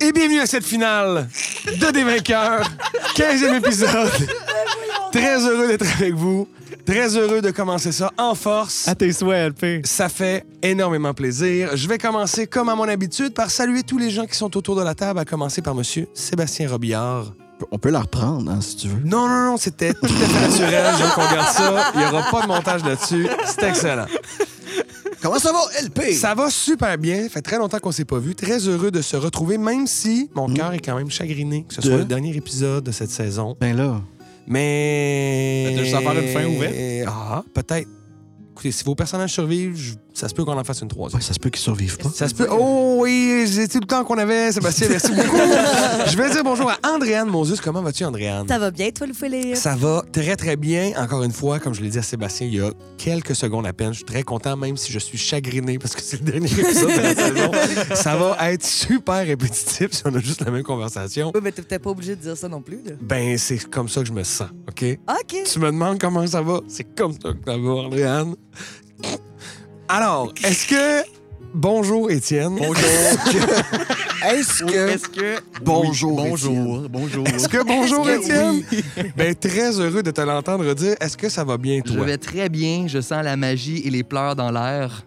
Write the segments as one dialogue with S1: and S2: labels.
S1: Et bienvenue à cette finale de Des vainqueurs, 15e épisode. Très heureux d'être avec vous. Très heureux de commencer ça en force.
S2: À tes souhaits, LP.
S1: Ça fait énormément plaisir. Je vais commencer, comme à mon habitude, par saluer tous les gens qui sont autour de la table, à commencer par Monsieur Sébastien Robillard.
S3: On peut la reprendre, hein, si tu veux.
S1: Non, non, non, c'était tout à fait naturel. Je veux qu'on garde ça. Il n'y aura pas de montage là-dessus. C'est excellent.
S3: Comment ça va, LP?
S1: Ça va super bien. Ça fait très longtemps qu'on s'est pas vu. Très heureux de se retrouver, même si mon cœur est quand même chagriné que ce
S3: De?
S1: soit le dernier épisode de cette saison.
S3: Ben là.
S1: Mais.
S2: Peut-être juste en faire une fin
S1: ouverte? Ah, peut-être. Écoutez, si vos personnages survivent, je- ça se peut qu'on en fasse une troisième.
S3: Ouais, ça se peut qu'ils survivent pas.
S1: Ça se peut. Oh oui, c'est tout le temps qu'on avait, Sébastien. Merci beaucoup. je vais dire bonjour à Andréane Moses. Comment vas-tu, Andréane?
S4: Ça va bien, toi, le filet?
S1: Ça va très, très bien. Encore une fois, comme je l'ai dit à Sébastien il y a quelques secondes à peine, je suis très content, même si je suis chagriné parce que c'est le dernier épisode de la saison. Ça va être super répétitif si on a juste la même conversation.
S4: Oui, mais t'es peut-être pas obligé de dire ça non plus, là.
S1: Ben, c'est comme ça que je me sens, OK?
S4: OK.
S1: Tu me demandes comment ça va. C'est comme ça que ça va, Andréane. Alors, est-ce que... Bonjour, Étienne.
S3: Est-ce que.
S2: Est-ce que.
S3: Bonjour,
S2: Bonjour. Bonjour.
S1: Est-ce que bonjour, Étienne? Ben, très heureux de te l'entendre dire. Est-ce que ça va bien,
S5: Je
S1: toi?
S5: vais très bien, je sens la magie et les pleurs dans l'air.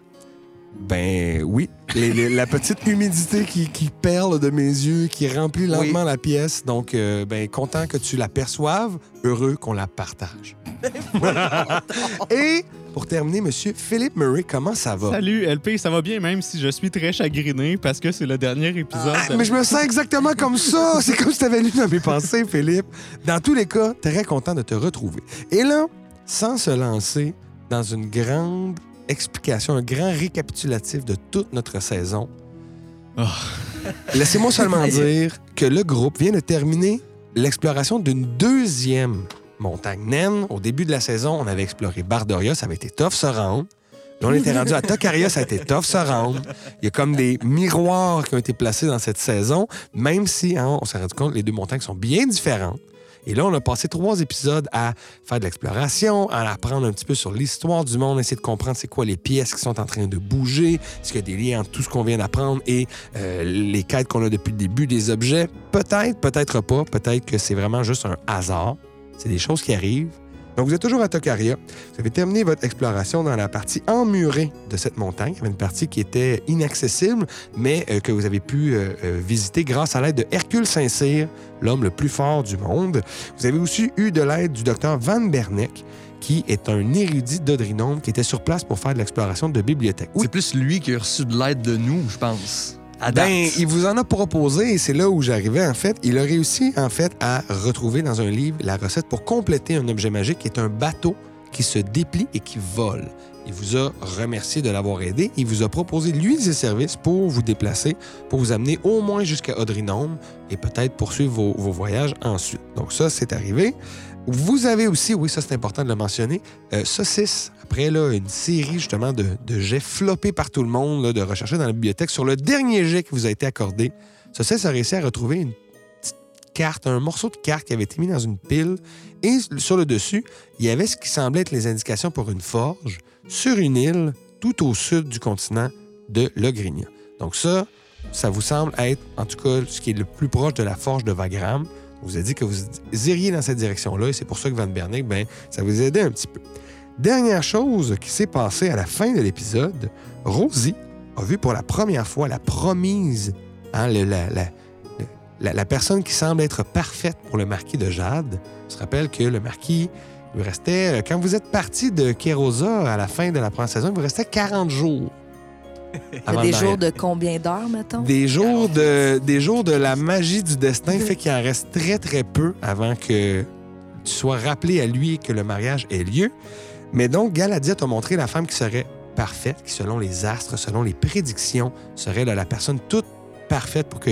S1: Ben oui. Les- les- la petite humidité qui, qui perle de mes yeux, qui remplit lentement la pièce. Donc, euh, ben, content que tu la perçoives, heureux qu'on la partage. Et pour terminer, monsieur Philippe Murray, comment ça va?
S2: Salut, LP. Ça va bien, même si je suis très chagriné parce que c'est le dernier épisode.
S1: Ah, mais je me sens exactement comme ça. C'est comme si tu avais lu dans mes pensées, Philippe. Dans tous les cas, très content de te retrouver. Et là, sans se lancer dans une grande explication, un grand récapitulatif de toute notre saison,
S2: Oh.
S1: laissez-moi seulement dire que le groupe vient de terminer l'exploration d'une deuxième montagne naine. Au début de la saison, on avait exploré Bardoria, ça avait été tough se rendre. Là, on était rendu à Tokaria, ça a été tough se rendre. Il y a comme des miroirs qui ont été placés dans cette saison, même si, hein, on s'est rendu compte, les deux montagnes sont bien différentes. Et là, on a passé trois épisodes à faire de l'exploration, à apprendre un petit peu sur l'histoire du monde, essayer de comprendre c'est quoi les pièces qui sont en train de bouger, est-ce qu'il y a des liens entre tout ce qu'on vient d'apprendre et euh, les quêtes qu'on a depuis le début des objets. Peut-être, peut-être pas, peut-être que c'est vraiment juste un hasard. C'est des choses qui arrivent. Donc, vous êtes toujours à Tokaria. Vous avez terminé votre exploration dans la partie emmurée de cette montagne. Il y avait une partie qui était inaccessible, mais euh, que vous avez pu euh, euh, visiter grâce à l'aide de Hercule Saint-Cyr, l'homme le plus fort du monde. Vous avez aussi eu de l'aide du docteur Van Berneck, qui est un érudit d'Odrinome qui était sur place pour faire de l'exploration de bibliothèque. Oui,
S5: C'est plus lui qui a reçu de l'aide de nous, je pense. À date.
S1: ben, il vous en a proposé et c'est là où j'arrivais en fait. Il a réussi en fait à retrouver dans un livre la recette pour compléter un objet magique qui est un bateau qui se déplie et qui vole. Il vous a remercié de l'avoir aidé. Il vous a proposé lui des services pour vous déplacer, pour vous amener au moins jusqu'à Odrinome et peut-être poursuivre vos, vos voyages ensuite. Donc ça, c'est arrivé. Vous avez aussi, oui, ça c'est important de le mentionner, euh, Saucisse, après là, une série justement de, de jets floppés par tout le monde, là, de rechercher dans la bibliothèque, sur le dernier jet qui vous a été accordé, Saucisse a réussi à retrouver une petite carte, un morceau de carte qui avait été mis dans une pile, et sur le dessus, il y avait ce qui semblait être les indications pour une forge sur une île tout au sud du continent de Logrinia. Donc ça, ça vous semble être, en tout cas, ce qui est le plus proche de la forge de Vagram. On vous a dit que vous iriez dans cette direction-là et c'est pour ça que Van Bernick, ben, ça vous aidait un petit peu. Dernière chose qui s'est passée à la fin de l'épisode, Rosie a vu pour la première fois la promise, hein, le- la, la- la- la personne qui semble être parfaite pour le marquis de Jade. On se rappelle que le marquis lui restait, euh, quand vous êtes parti de Kerosa à la fin de la première saison, il vous restait 40 jours. avant
S4: Des
S1: de
S4: jours de combien d'heures, mettons?
S1: des jours de, des jours de la magie du destin fait qu'il en reste très, très peu avant que tu sois rappelé à lui et que le mariage ait lieu. Mais donc, Galadia t'a montré la femme qui serait parfaite, qui, selon les astres, selon les prédictions, serait là, la personne toute parfaite pour que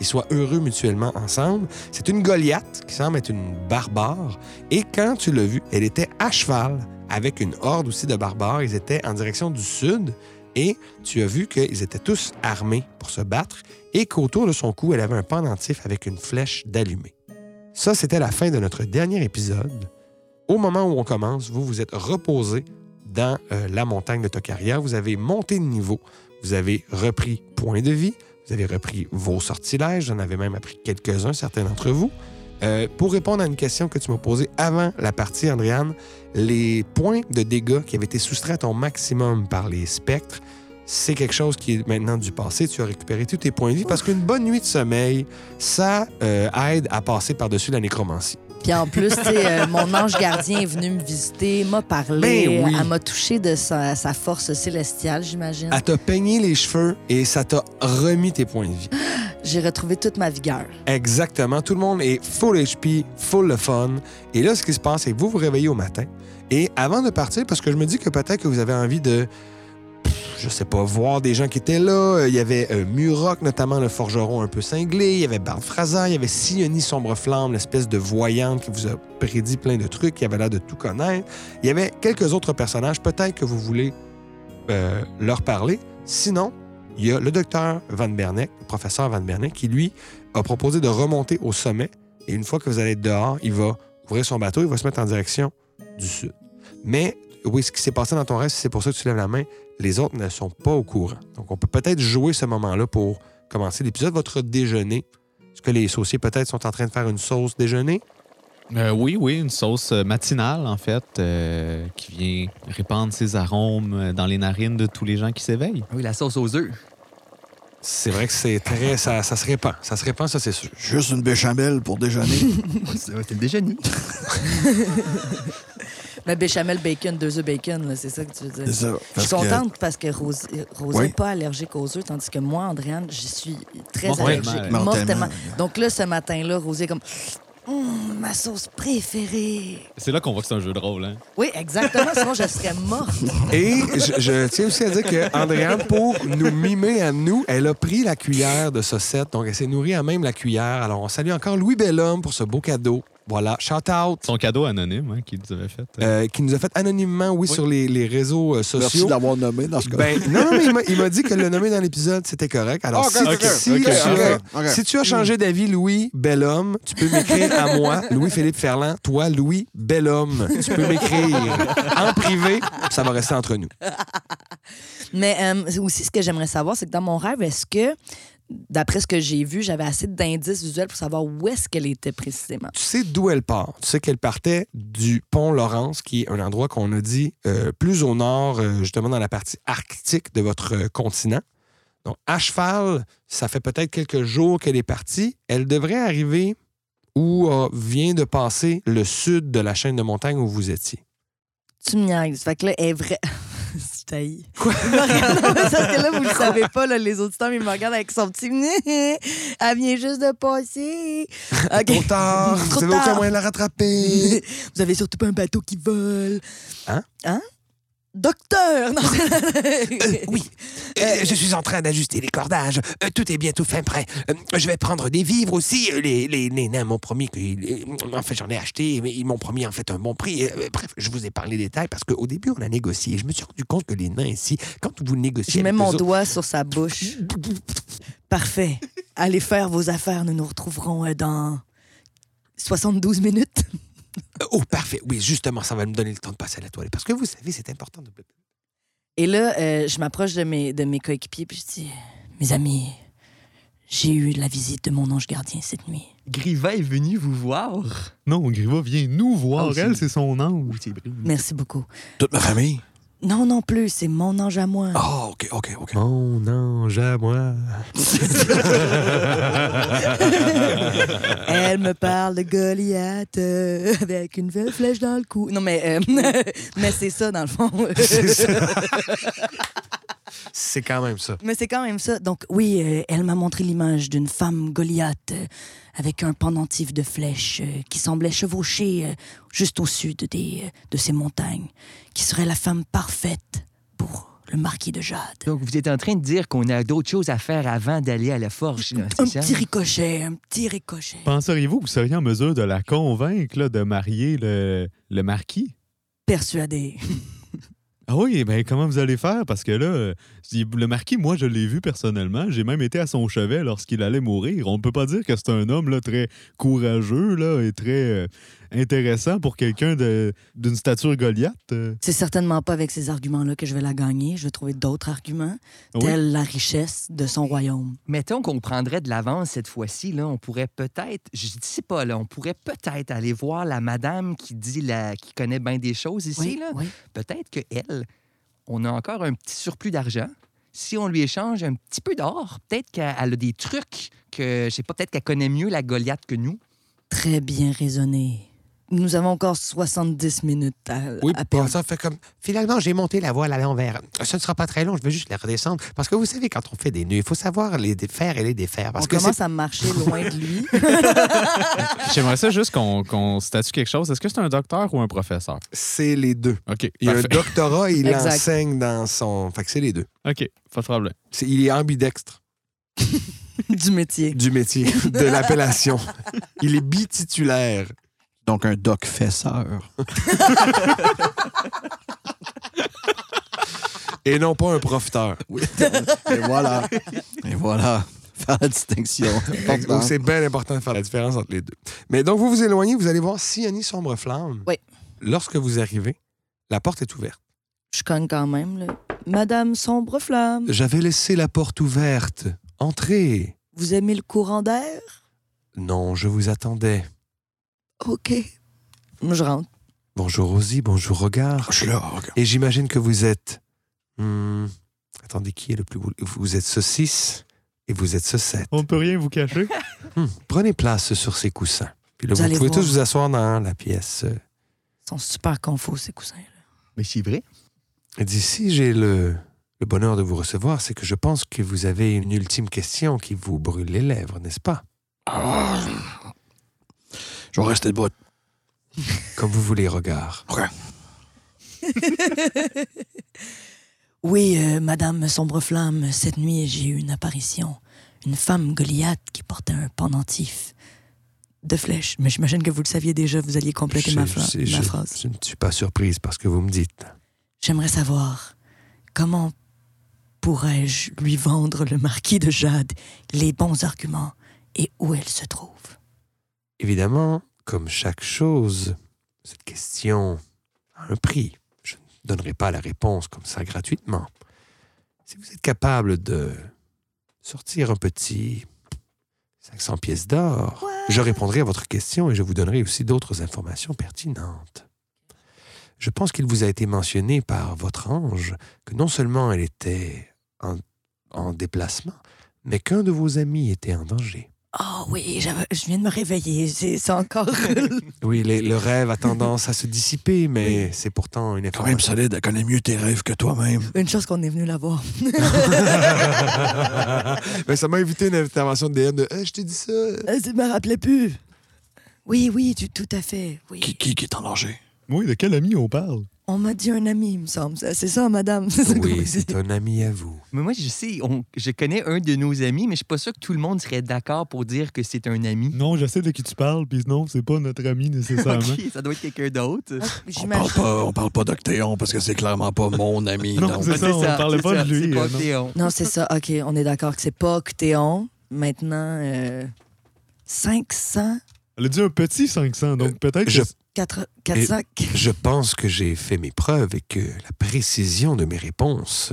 S1: ils soient heureux mutuellement ensemble. C'est une Goliath qui semble être une barbare. Et quand tu l'as vue, elle était à cheval avec une horde aussi de barbares. Ils étaient en direction du sud et tu as vu qu'ils étaient tous armés pour se battre et qu'autour de son cou, elle avait un pendentif avec une flèche d'allumée. Ça, c'était la fin de notre dernier épisode. Au moment où on commence, vous vous êtes reposé dans euh, la montagne de Tokaria. Vous avez monté de niveau. Vous avez repris point de vie. Vous avez repris vos sortilèges. J'en avais même appris quelques-uns, certains d'entre vous. Euh, pour répondre à une question que tu m'as posée avant la partie, Andréane, les points de dégâts qui avaient été soustraits à ton maximum par les spectres, c'est quelque chose qui est maintenant du passé. Tu as récupéré tous tes points de vie parce qu'une bonne nuit de sommeil, ça euh, aide à passer par-dessus la nécromancie.
S6: Puis en plus, tu sais, euh, mon ange gardien est venu me visiter, m'a parlé,
S1: Ben oui.
S6: elle m'a touché de sa, sa force célestiale, j'imagine.
S3: Ah.
S1: Elle t'a peigné les cheveux et ça t'a remis tes points de vie.
S6: J'ai retrouvé toute ma vigueur.
S1: Exactement. Tout le monde est full HP, full le fun. Et là, ce qui se passe, c'est que vous vous réveillez au matin. Et avant de partir, parce que je me dis que peut-être que vous avez envie de, pff, je sais pas, voir des gens qui étaient là. Euh, Il y avait euh, Muroc, notamment le forgeron un peu cinglé. Il y avait Bart Fraser. Il y avait Sioni Sombre Flamme, l'espèce de voyante qui vous a prédit plein de trucs, qui avait l'air de tout connaître. Il y avait quelques autres personnages. Peut-être que vous voulez euh, leur parler. Sinon, il y a le docteur Van Berneck, le professeur Van Berneck, qui lui a proposé de remonter au sommet. Et une fois que vous allez être dehors, il va ouvrir son bateau, il va se mettre en direction du sud. Mais oui, ce qui s'est passé dans ton rêve, si c'est pour ça que tu lèves la main, les autres ne sont pas au courant. Donc on peut peut-être jouer ce moment-là pour commencer l'épisode. Votre déjeuner, est-ce que les associés peut-être sont en train de faire une sauce déjeuner?
S7: Euh, oui, oui, une sauce euh, matinale, en fait, euh, qui vient répandre ses arômes euh, dans les narines de tous les gens qui s'éveillent.
S5: Ah Oui, la sauce aux œufs.
S1: C'est vrai que c'est très... Ça, ça se répand. Ça se répand, ça c'est sûr.
S3: Juste une béchamel pour déjeuner.
S5: C'est le déjeuner.
S6: Mais béchamel bacon, deux œufs bacon, là, c'est ça que tu veux
S3: C'est
S6: dire.
S3: ça.
S6: Je
S3: Parce
S6: suis
S3: que-
S6: contente parce que Rose- euh, Rosée
S3: Oui.
S6: n'est pas allergique aux œufs, tandis que moi, Andréane, j'y suis très
S7: Mortellement.
S6: allergique.
S3: Mortellement.
S6: Donc là, ce matin-là, Rosée est comme Hum, ma sauce préférée.
S7: C'est là qu'on voit que c'est un jeu de rôle, hein?
S6: Oui, exactement, sinon je serais morte.
S1: Et je, je tiens aussi à dire que Andréane, pour nous mimer à nous, elle a pris la cuillère de Saucette, donc elle s'est nourrie à même la cuillère. Alors on salue encore Louis Bellhomme pour ce beau cadeau. Voilà, shout out.
S7: Son cadeau anonyme hein, qu'il nous avait fait. euh,
S1: euh, qui nous a fait anonymement, oui, sur les, les réseaux euh,
S3: Merci
S1: sociaux.
S3: d'avoir nommé dans ce cas.
S1: Ben, non, non, mais il m'a- il m'a dit que le nommer dans l'épisode, c'était correct. Alors,
S3: Ok,
S1: si,
S7: ok,
S1: si
S7: ok,
S1: tu as,
S3: ok, ok.
S1: si tu as changé d'avis, Louis Bellhomme, tu peux m'écrire à moi, Louis-Philippe Ferland. Toi, Louis Bellhomme, tu peux m'écrire en privé. Ça va rester entre nous.
S6: Mais euh, c'est aussi, ce que j'aimerais savoir, c'est que dans mon rêve, est-ce que, d'après ce que j'ai vu, j'avais assez d'indices visuels pour savoir où est-ce qu'elle était précisément?
S1: tu sais d'où elle part. Tu sais qu'elle partait du pont Laurence, qui est un endroit qu'on a dit euh, plus au nord, euh, justement dans la partie arctique de votre euh, continent. Donc, à cheval, ça fait peut-être quelques jours qu'elle est partie. Elle devrait arriver où euh, vient de passer le sud de la chaîne de montagne où vous étiez.
S6: Tu me niaises. Fait que là, elle est vraie. Je taillis. Quoi? Parce que là, vous le savez pas, là, les auditeurs, ils me regardent avec son petit. elle vient juste de passer. OK.
S1: Trop tard!
S6: Trop
S1: vous avez aucun
S6: tard.
S1: moyen de la rattraper!
S6: Vous avez surtout pas un bateau qui vole.
S1: Hein?
S6: Hein? Docteur! Non,
S1: oui. Euh, je suis en train d'ajuster les cordages. Euh, tout est bientôt fin prêt. Euh, je vais prendre des vivres aussi. Euh, les, les, les nains m'ont promis que... En fait, j'en ai acheté, mais ils m'ont promis en fait un bon prix. Euh, bref, je vous ai parlé des détails parce qu'au début, on a négocié. Je me suis rendu compte que les nains ici, quand vous négociez...
S6: Je mets
S1: avec
S6: mon
S1: eux
S6: doigt sur sa bouche. Parfait. Allez faire vos affaires. Nous nous retrouverons euh, dans 72 minutes.
S1: autres- Oh, parfait. Oui, justement, ça va me donner le temps de passer à la toilette. Parce que vous savez, c'est important de...
S6: Et là, euh, je m'approche de mes, de mes coéquipiers puis je dis Mes amis, j'ai eu la visite de mon ange gardien cette nuit.
S5: Griva est venu vous voir.
S7: Non, Griva vient nous voir.
S5: Ah,
S2: Oh,
S5: aussi.
S7: Elle, Oh, c'est son ange.
S6: Merci beaucoup.
S3: Toute ma famille.
S6: Non, non plus, c'est mon ange à moi.
S3: Ah, OK, OK, OK.
S1: Mon ange à moi.
S6: Elle me parle de Goliath euh, avec une vieille flèche dans le cou. Non, mais, euh, mais c'est ça, dans le fond.
S1: C'est quand même ça.
S6: Mais c'est quand même ça. Donc oui, euh, elle m'a montré l'image d'une femme Goliath euh, avec un pendentif de flèches euh, qui semblait chevaucher euh, juste au sud des, euh, de ces montagnes, qui serait la femme parfaite pour le marquis de Jade.
S5: Donc, vous êtes en train de dire qu'on a d'autres choses à faire avant d'aller à la forge, là,
S6: Un
S5: Ah, c'est ça? hein?
S6: petit ricochet, un petit ricochet.
S7: Penseriez-vous que vous seriez en mesure de la convaincre là, de marier le, le marquis?
S6: Persuadé.
S2: Ah oui, ben comment vous allez faire? Parce que là, euh, il- le marquis, moi, je l'ai vu personnellement. J'ai même été à son chevet lorsqu'il allait mourir. On ne peut pas dire que c'est un homme là, très courageux là, et très euh, intéressant pour quelqu'un de- d'une stature Goliath. euh.
S6: C'est certainement pas avec ces arguments-là que je vais la gagner. Je vais trouver d'autres arguments,
S2: Oui.
S6: telle la richesse de son royaume.
S5: Mettons qu'on prendrait de l'avance cette fois-ci, là, on pourrait peut-être, je ne sais pas, là, on pourrait peut-être aller voir la madame qui dit la, qui connaît bien des choses ici,
S6: Oui,
S5: là.
S6: oui.
S5: Peut-être que elle, on a encore un petit surplus d'argent. Si on lui échange un petit peu d'or, peut-être qu'elle elle a des trucs que, je sais pas, peut-être qu'elle connaît mieux la Goliath que nous.
S6: Très bien raisonné. Nous avons encore 70 minutes à,
S1: Oui,
S6: à
S1: puis
S6: perdre.
S1: ça fait comme. Finalement, j'ai monté la voile à l'envers. Ce ne sera pas très long, je vais juste la redescendre. Parce que vous savez, quand on fait des nœuds, il faut savoir les dé- faire et les défaire. Parce
S6: On
S1: que c'est-
S6: commence à marcher loin de lui.
S2: J'aimerais ça juste qu'on qu'on statue quelque chose. Est-ce que c'est un docteur ou un professeur?
S1: c'est les deux.
S2: OK.
S1: Il a un
S2: parfait.
S1: doctorat, il
S6: Exact.
S1: enseigne dans son. Fait que c'est les deux.
S2: OK, pas de problème.
S1: C'est- il est ambidextre
S6: du métier.
S1: du métier, de l'appellation. Il est bititulaire.
S3: Donc, un doc fesseur.
S1: Et non pas un profiteur.
S3: Oui. Et voilà. Et voilà. Faire la distinction.
S1: Donc, c'est bien important de faire la différence entre les deux. Mais donc, vous vous éloignez, vous allez voir Siani Sombre Flamme.
S6: Oui.
S1: Lorsque vous arrivez, la porte est ouverte.
S6: Je cogne quand même. là. Madame Sombre Flamme,
S1: J'avais laissé la porte ouverte. Entrez.
S6: vous aimez le courant d'air?
S1: Non, je vous attendais.
S6: OK. Je rentre.
S1: Bonjour Rosie, bonjour Regard.
S3: Je suis là. regarde.
S1: Et j'imagine que vous êtes. Hmm, Attendez, qui est le plus beau Vous êtes saucisse et vous êtes saucette.
S7: Oh.
S2: On peut rien vous cacher.
S1: Hmm, Prenez place sur ces coussins. Puis là,
S6: Vous
S1: vous,
S6: allez
S1: pouvez
S6: voir.
S1: tous vous asseoir dans la pièce.
S6: Ils sont super confus, ces coussins-là.
S5: Mais c'est vrai.
S1: Elle dit Si j'ai le, le bonheur de vous recevoir, c'est que je pense que vous avez une ultime question qui vous brûle les lèvres, n'est-ce pas
S3: Ah. Je vais rester debout.
S1: Comme vous voulez, Regard.
S6: Oui, euh, Madame Sombre Flamme, cette nuit, j'ai eu une apparition. Une femme Goliath qui portait un pendentif de flèche. Mais j'imagine que vous le saviez déjà, vous alliez compléter
S1: Je-
S6: ma, fla-
S1: je-
S6: ma
S1: je-
S6: phrase.
S1: je ne suis pas surprise parce que vous me dites.
S6: J'aimerais savoir comment pourrais-je lui vendre le marquis de Jade les bons arguments et où elle se trouve.
S1: Évidemment, comme chaque chose, cette question a un prix. Je ne donnerai pas la réponse comme ça gratuitement. Si vous êtes capable de sortir un petit 500 pièces d'or, je répondrai à votre question et je vous donnerai aussi d'autres informations pertinentes. Je pense qu'il vous a été mentionné par votre ange que non seulement elle était en, en déplacement, mais qu'un de vos amis était en danger.
S6: Oh oui, j'avais- je viens de me réveiller, c'est c'est encore...
S1: Oui, les- le rêve a tendance à se dissiper, mais c'est pourtant une
S3: Quand même
S1: information.
S3: solide, elle connaît mieux tes rêves que toi-même.
S6: Une chose qu'on est venu la voir.
S1: mais ça m'a évité une intervention de DM de Hey, Je t'ai dit ça.
S6: Euh, Je me rappelais plus. Oui, oui, tu- tout à fait. Oui.
S3: Qui, qui, qui est en danger?
S2: Oui, de quel ami on parle?
S6: On m'a dit un ami, il me semble. C'est c'est ça, madame. C'est ça qu'on m'a
S1: Oui,
S6: dit.
S1: c'est un ami à vous.
S5: Mais moi, je sais, on- je connais un de nos amis, mais je suis pas sûr que tout le monde serait d'accord pour dire que c'est un ami.
S2: Non, je sais de qui tu parles, puis non, c'est pas notre ami nécessairement.
S5: Ok, ça doit être quelqu'un d'autre.
S3: On parle
S6: J'imagine.
S3: pas, on parle pas d'Octéon parce que c'est clairement pas mon ami.
S2: Non,
S3: donc.
S2: C'est ça, on parlait
S5: Ah, c'est
S2: pas de
S5: ça,
S2: lui,
S5: c'est pas
S2: euh, non.
S5: Théon.
S6: Non, c'est ça. OK, on est d'accord que c'est pas Octéon. Maintenant, euh, 580...
S2: Elle a dit un petit 500,
S6: Euh,
S2: donc peut-être
S1: je-
S2: que
S1: Je pense que j'ai fait mes preuves et que la précision de mes réponses,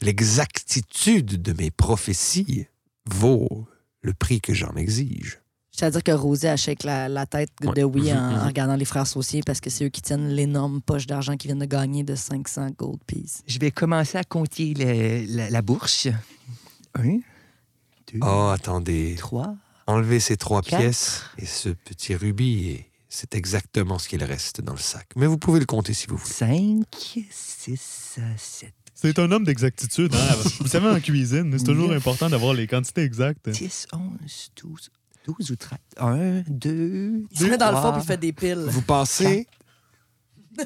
S1: l'exactitude de mes prophéties vaut le prix que j'en exige.
S6: C'est-à-dire que Rosé achète la, la tête
S1: Ouais.
S6: de oui
S1: Mhm,
S6: en,
S2: Mm-hmm.
S1: mhm.
S6: en regardant les frères sauciers parce que c'est eux qui tiennent l'énorme poche d'argent qu'ils viennent de gagner de 500 gold pieces.
S5: Je vais commencer à compter le- la, la bourse. Un, deux,
S1: Oh, attendez.
S5: trois.
S1: Enlevez ces trois
S5: Quatre.
S1: pièces et ce petit rubis, et c'est exactement ce qu'il reste dans le sac. Mais vous pouvez le compter si vous voulez.
S5: 5, 6, 7,
S2: c'est un homme d'exactitude.
S6: Ah,
S2: hein. Vous savez, en cuisine, c'est toujours important d'avoir les quantités exactes.
S5: 10, 11, 12, 12 ou 13. 1, 2,
S6: Il se met dans le fond puis il fait des piles.
S1: Vous passez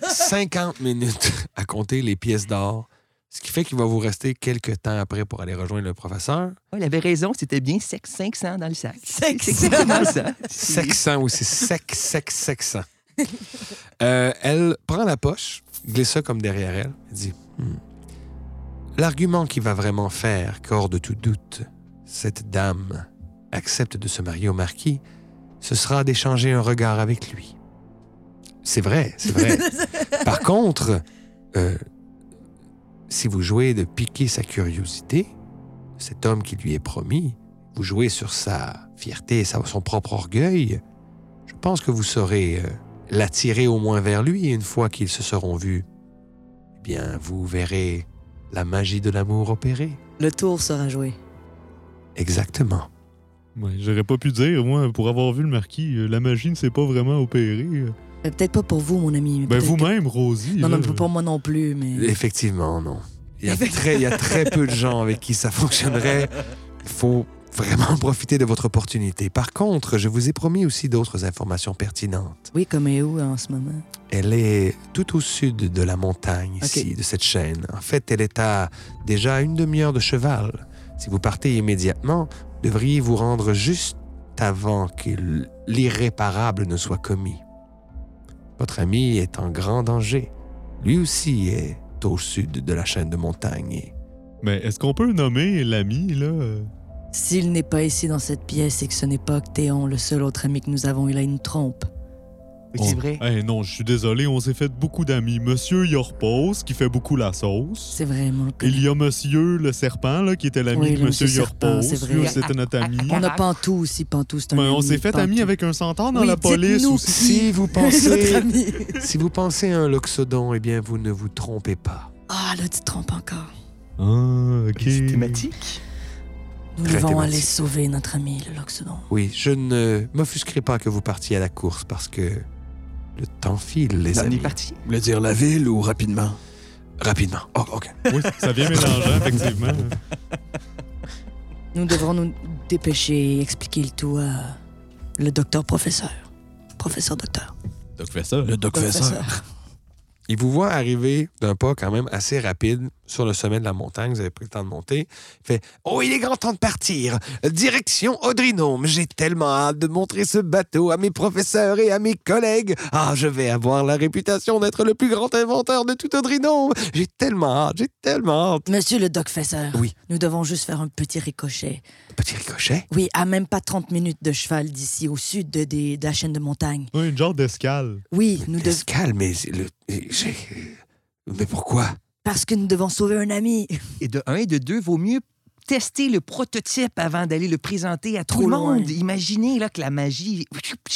S1: 50 minutes à compter les pièces d'or, ce qui fait qu'il va vous rester quelques temps après pour aller rejoindre le professeur.
S5: il avait raison, c'était bien sec- 500 dans le sac.
S6: Sec-
S5: C'est exactement ça. C'est-
S1: 700 aussi, sec, sec, 700. Euh, elle prend la poche, glisse ça comme derrière elle, elle dit L'argument qui va vraiment faire corps de tout doute, cette dame accepte de se marier au marquis, ce sera d'échanger un regard avec lui. C'est vrai, c'est vrai. Par contre, euh, si vous jouez de piquer sa curiosité, cet homme qui lui est promis, vous jouez sur sa fierté et sa- son propre orgueil, je pense que vous saurez euh, l'attirer au moins vers lui et une fois qu'ils se seront vus, eh bien, vous verrez la magie de l'amour opérée.
S6: Le tour sera joué.
S1: Exactement.
S2: Ouais, J'aurais pas pu dire, moi, pour avoir vu le marquis, euh, la magie ne s'est pas vraiment opérée.
S6: Mais Euh, Peut-être pas pour vous, mon ami. mais
S2: Ben,
S6: peut-être que-
S2: vous-même, Rosie.
S6: Non,
S2: là,
S6: non, pas moi non plus, mais.
S1: Effectivement, non. Il y a très, il y a très peu de gens avec qui ça fonctionnerait. Il faut vraiment profiter de votre opportunité. Par contre, je vous ai promis aussi d'autres informations pertinentes.
S6: Oui, comme est où en ce moment?
S1: Elle est tout au sud de la montagne,
S6: Ok.
S1: ici, de cette chaîne. En fait, elle est à déjà une demi-heure de cheval. Si vous partez immédiatement, devriez vous rendre juste avant que l- l'irréparable ne soit commis. Votre ami est en grand danger. Lui aussi est au sud de la chaîne de montagne. Et
S2: Mais est-ce qu'on peut nommer l'ami, là? euh?
S6: S'il n'est pas ici dans cette pièce et que ce n'est pas Octéon, le seul autre ami que nous avons, il a une trompe.
S5: C'est
S2: On-
S5: vrai.
S2: Eh non, je suis désolé, on s'est fait beaucoup d'amis. Monsieur Yorpos, qui fait beaucoup la sauce.
S6: C'est vrai, mon
S2: Il y a Monsieur le Serpent, là, qui était l'ami
S6: Oui,
S2: de
S6: le
S2: Monsieur
S6: Monsieur Serpent,
S2: Yorpos.
S6: c'est vrai. Ah,
S2: Lui, c'était notre ami.
S6: On a Pantou aussi. Pantou, c'est un.
S2: Ben,
S6: ami,
S2: on s'est fait
S6: Pantou.
S2: amis avec un centaure dans
S6: Oui,
S2: la police
S6: dites-nous
S2: aussi.
S1: si vous
S6: Notre
S1: pensez,
S6: ami.
S1: si vous pensez à un loxodon, eh bien, vous ne vous trompez pas.
S6: Ah, là, tu te trompes encore.
S2: Ah, ok.
S5: C'est thématique.
S6: Nous
S1: Très
S6: devons
S1: thématique.
S6: aller sauver notre ami, le Loxodon.
S1: Oui, je ne m'offusquerai pas que vous partiez à la course parce que le temps file, les
S5: On est
S1: amis.
S5: parti.
S3: Vous voulez dire la ville ou rapidement?
S1: Rapidement.
S3: Oh, OK.
S2: Oui, ça vient mélangeant, effectivement.
S6: Nous devrons nous dépêcher et expliquer le tout à le docteur professeur. Professeur docteur.
S2: Donc, fais ça.
S3: Le docfesseur.
S1: Il vous voit arriver d'un pas quand même assez rapide sur le sommet de la montagne. Vous avez pris le temps de monter. Il fait Oh, il est grand temps de partir. Direction Audrinome. J'ai tellement hâte de montrer ce bateau à mes professeurs et à mes collègues. Ah, je vais avoir la réputation d'être le plus grand inventeur de tout Audrinome. J'ai tellement hâte. J'ai tellement hâte.
S6: Monsieur le docfesseur.
S1: Oui.
S6: Nous devons juste faire un petit ricochet.
S1: Petit ricochet.
S6: Oui, à même pas 30 minutes de cheval d'ici, au sud de, des- de la chaîne de montagne.
S2: Oui, une genre d'escale.
S6: Oui, nous devons.
S1: Pascal, mais le. j'ai- Mais pourquoi
S6: Parce que nous devons sauver un ami.
S5: Et de un et de deux, vaut mieux tester le prototype avant d'aller le présenter à tout le
S6: loin.
S5: monde. Imaginez là, que la magie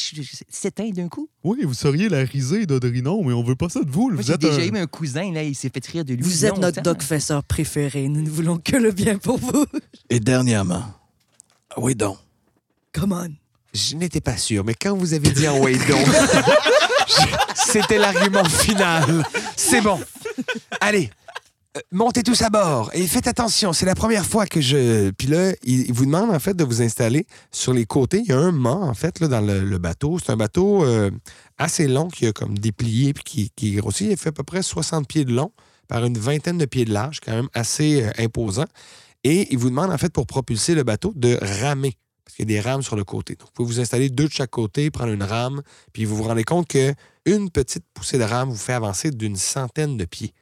S5: s'éteint d'un coup.
S2: Oui, vous seriez la risée d'Odrino, mais on veut pas ça de vous. là.
S5: Moi,
S2: vous
S5: j'ai
S2: êtes
S5: déjà
S2: un-
S5: eu un cousin, là, il s'est fait rire de lui.
S6: Vous êtes notre
S5: longtemps.
S6: docfesseur préféré. Nous ne voulons que le bien pour vous.
S3: Et dernièrement. Ah Oui, donc.
S6: Come on.
S1: Je n'étais pas sûr, mais quand vous avez dit en way donc, je- c'était l'argument final. C'est bon. Allez, euh, montez tous à bord. Et faites attention, c'est la première fois que je... Puis là, il il vous demande en fait de vous installer sur les côtés. Il y a un mât en fait là, dans le, le bateau. C'est un bateau euh, assez long qui a comme déplié puis qui, qui grossit. Il fait à peu près 60 pieds de long par une vingtaine de pieds de large, quand même assez euh, imposant. Et il vous demande en fait pour propulser le bateau de ramer parce qu'il y a des rames sur le côté. Donc, vous pouvez vous installer deux de chaque côté, prendre une rame, puis vous vous rendez compte que une petite poussée de rame vous fait avancer d'une centaine de pieds.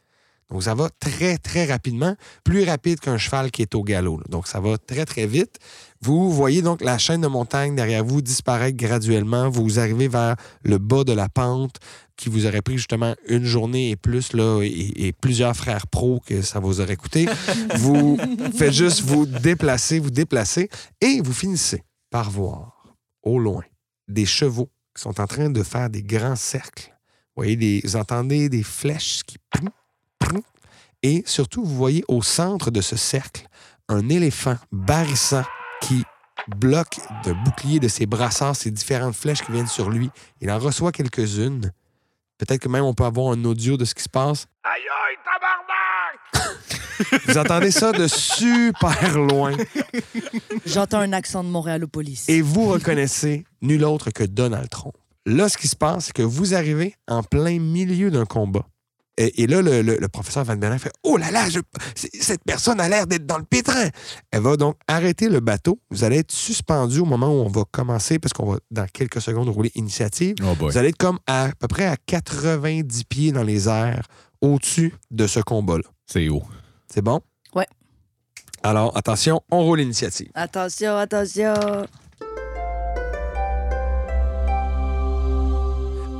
S1: Donc, ça va très, très rapidement, plus rapide qu'un cheval qui est au galop. là. Donc, ça va très, très vite. Vous voyez donc la chaîne de montagne derrière vous disparaître graduellement. Vous arrivez vers le bas de la pente qui vous aurait pris justement une journée et plus, là, et, et plusieurs frères pros que ça vous aurait coûté. vous faites juste vous déplacer, vous déplacer, et vous finissez par voir, au loin, des chevaux qui sont en train de faire des grands cercles. Vous, voyez des, vous entendez des flèches qui... prrrr, prrrr. Et surtout, vous voyez au centre de ce cercle un éléphant barrissant qui bloque de bouclier de ses brassards ces différentes flèches qui viennent sur lui. Il en reçoit quelques-unes. Peut-être que même on peut avoir un audio de ce qui se passe. Aïe aïe, tabarnak! vous entendez ça de super loin.
S6: J'entends un accent de Montréalopolis.
S1: Et vous reconnaissez nul autre que Donald Trump. Là, ce qui se passe, c'est que vous arrivez en plein milieu d'un combat. Et, et là, le, le- le professeur Van Bellen fait Oh là là, je- c- cette personne a l'air d'être dans le pétrin. Elle va donc arrêter le bateau. Vous allez être suspendu au moment où on va commencer, parce qu'on va dans quelques secondes rouler initiative.
S2: Oh boy.
S1: Vous allez être comme à, à peu près à 90 pieds dans les airs au-dessus de ce combat-là.
S7: C'est haut.
S1: C'est bon?
S8: Ouais.
S1: Alors, attention, on roule l'initiative.
S8: Attention, attention.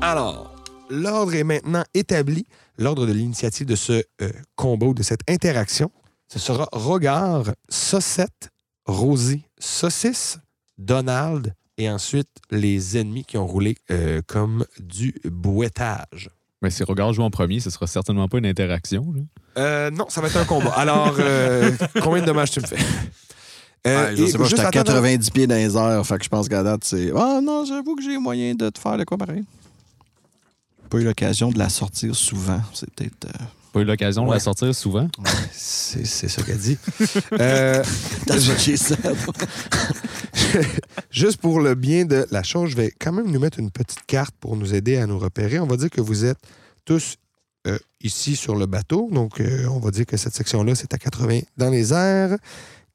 S1: Alors, l'ordre est maintenant établi, l'ordre de l'initiative de ce euh, combat ou de cette interaction. Ce sera Regard, Saucette, Rosie, Saucisse, Donald et ensuite les ennemis qui ont roulé euh, comme du bouettage.
S7: Mais si Regard joue en premier, ce sera certainement pas une interaction. là.
S1: Euh, non, ça va être un combat. Alors, euh, combien de dommages tu me fais? Euh,
S3: Ouais, je
S1: et
S3: sais pas,
S1: juste
S3: j'étais à
S1: attends,
S3: 90 pieds dans les airs, fait que je pense qu'à date, c'est. Ah non, j'avoue que j'ai moyen de te faire le quoi pareil. Pas eu l'occasion de la sortir souvent. C'est peut-être. euh,
S7: Pas eu l'occasion de
S1: Ouais.
S7: la sortir souvent.
S1: C'est c'est ça qu'elle dit. Euh, juste pour le bien de la chose, je vais quand même nous mettre une petite carte pour nous aider à nous repérer. On va dire que vous êtes tous euh, ici sur le bateau. Donc, euh, on va dire que cette section-là, c'est à 80 dans les airs.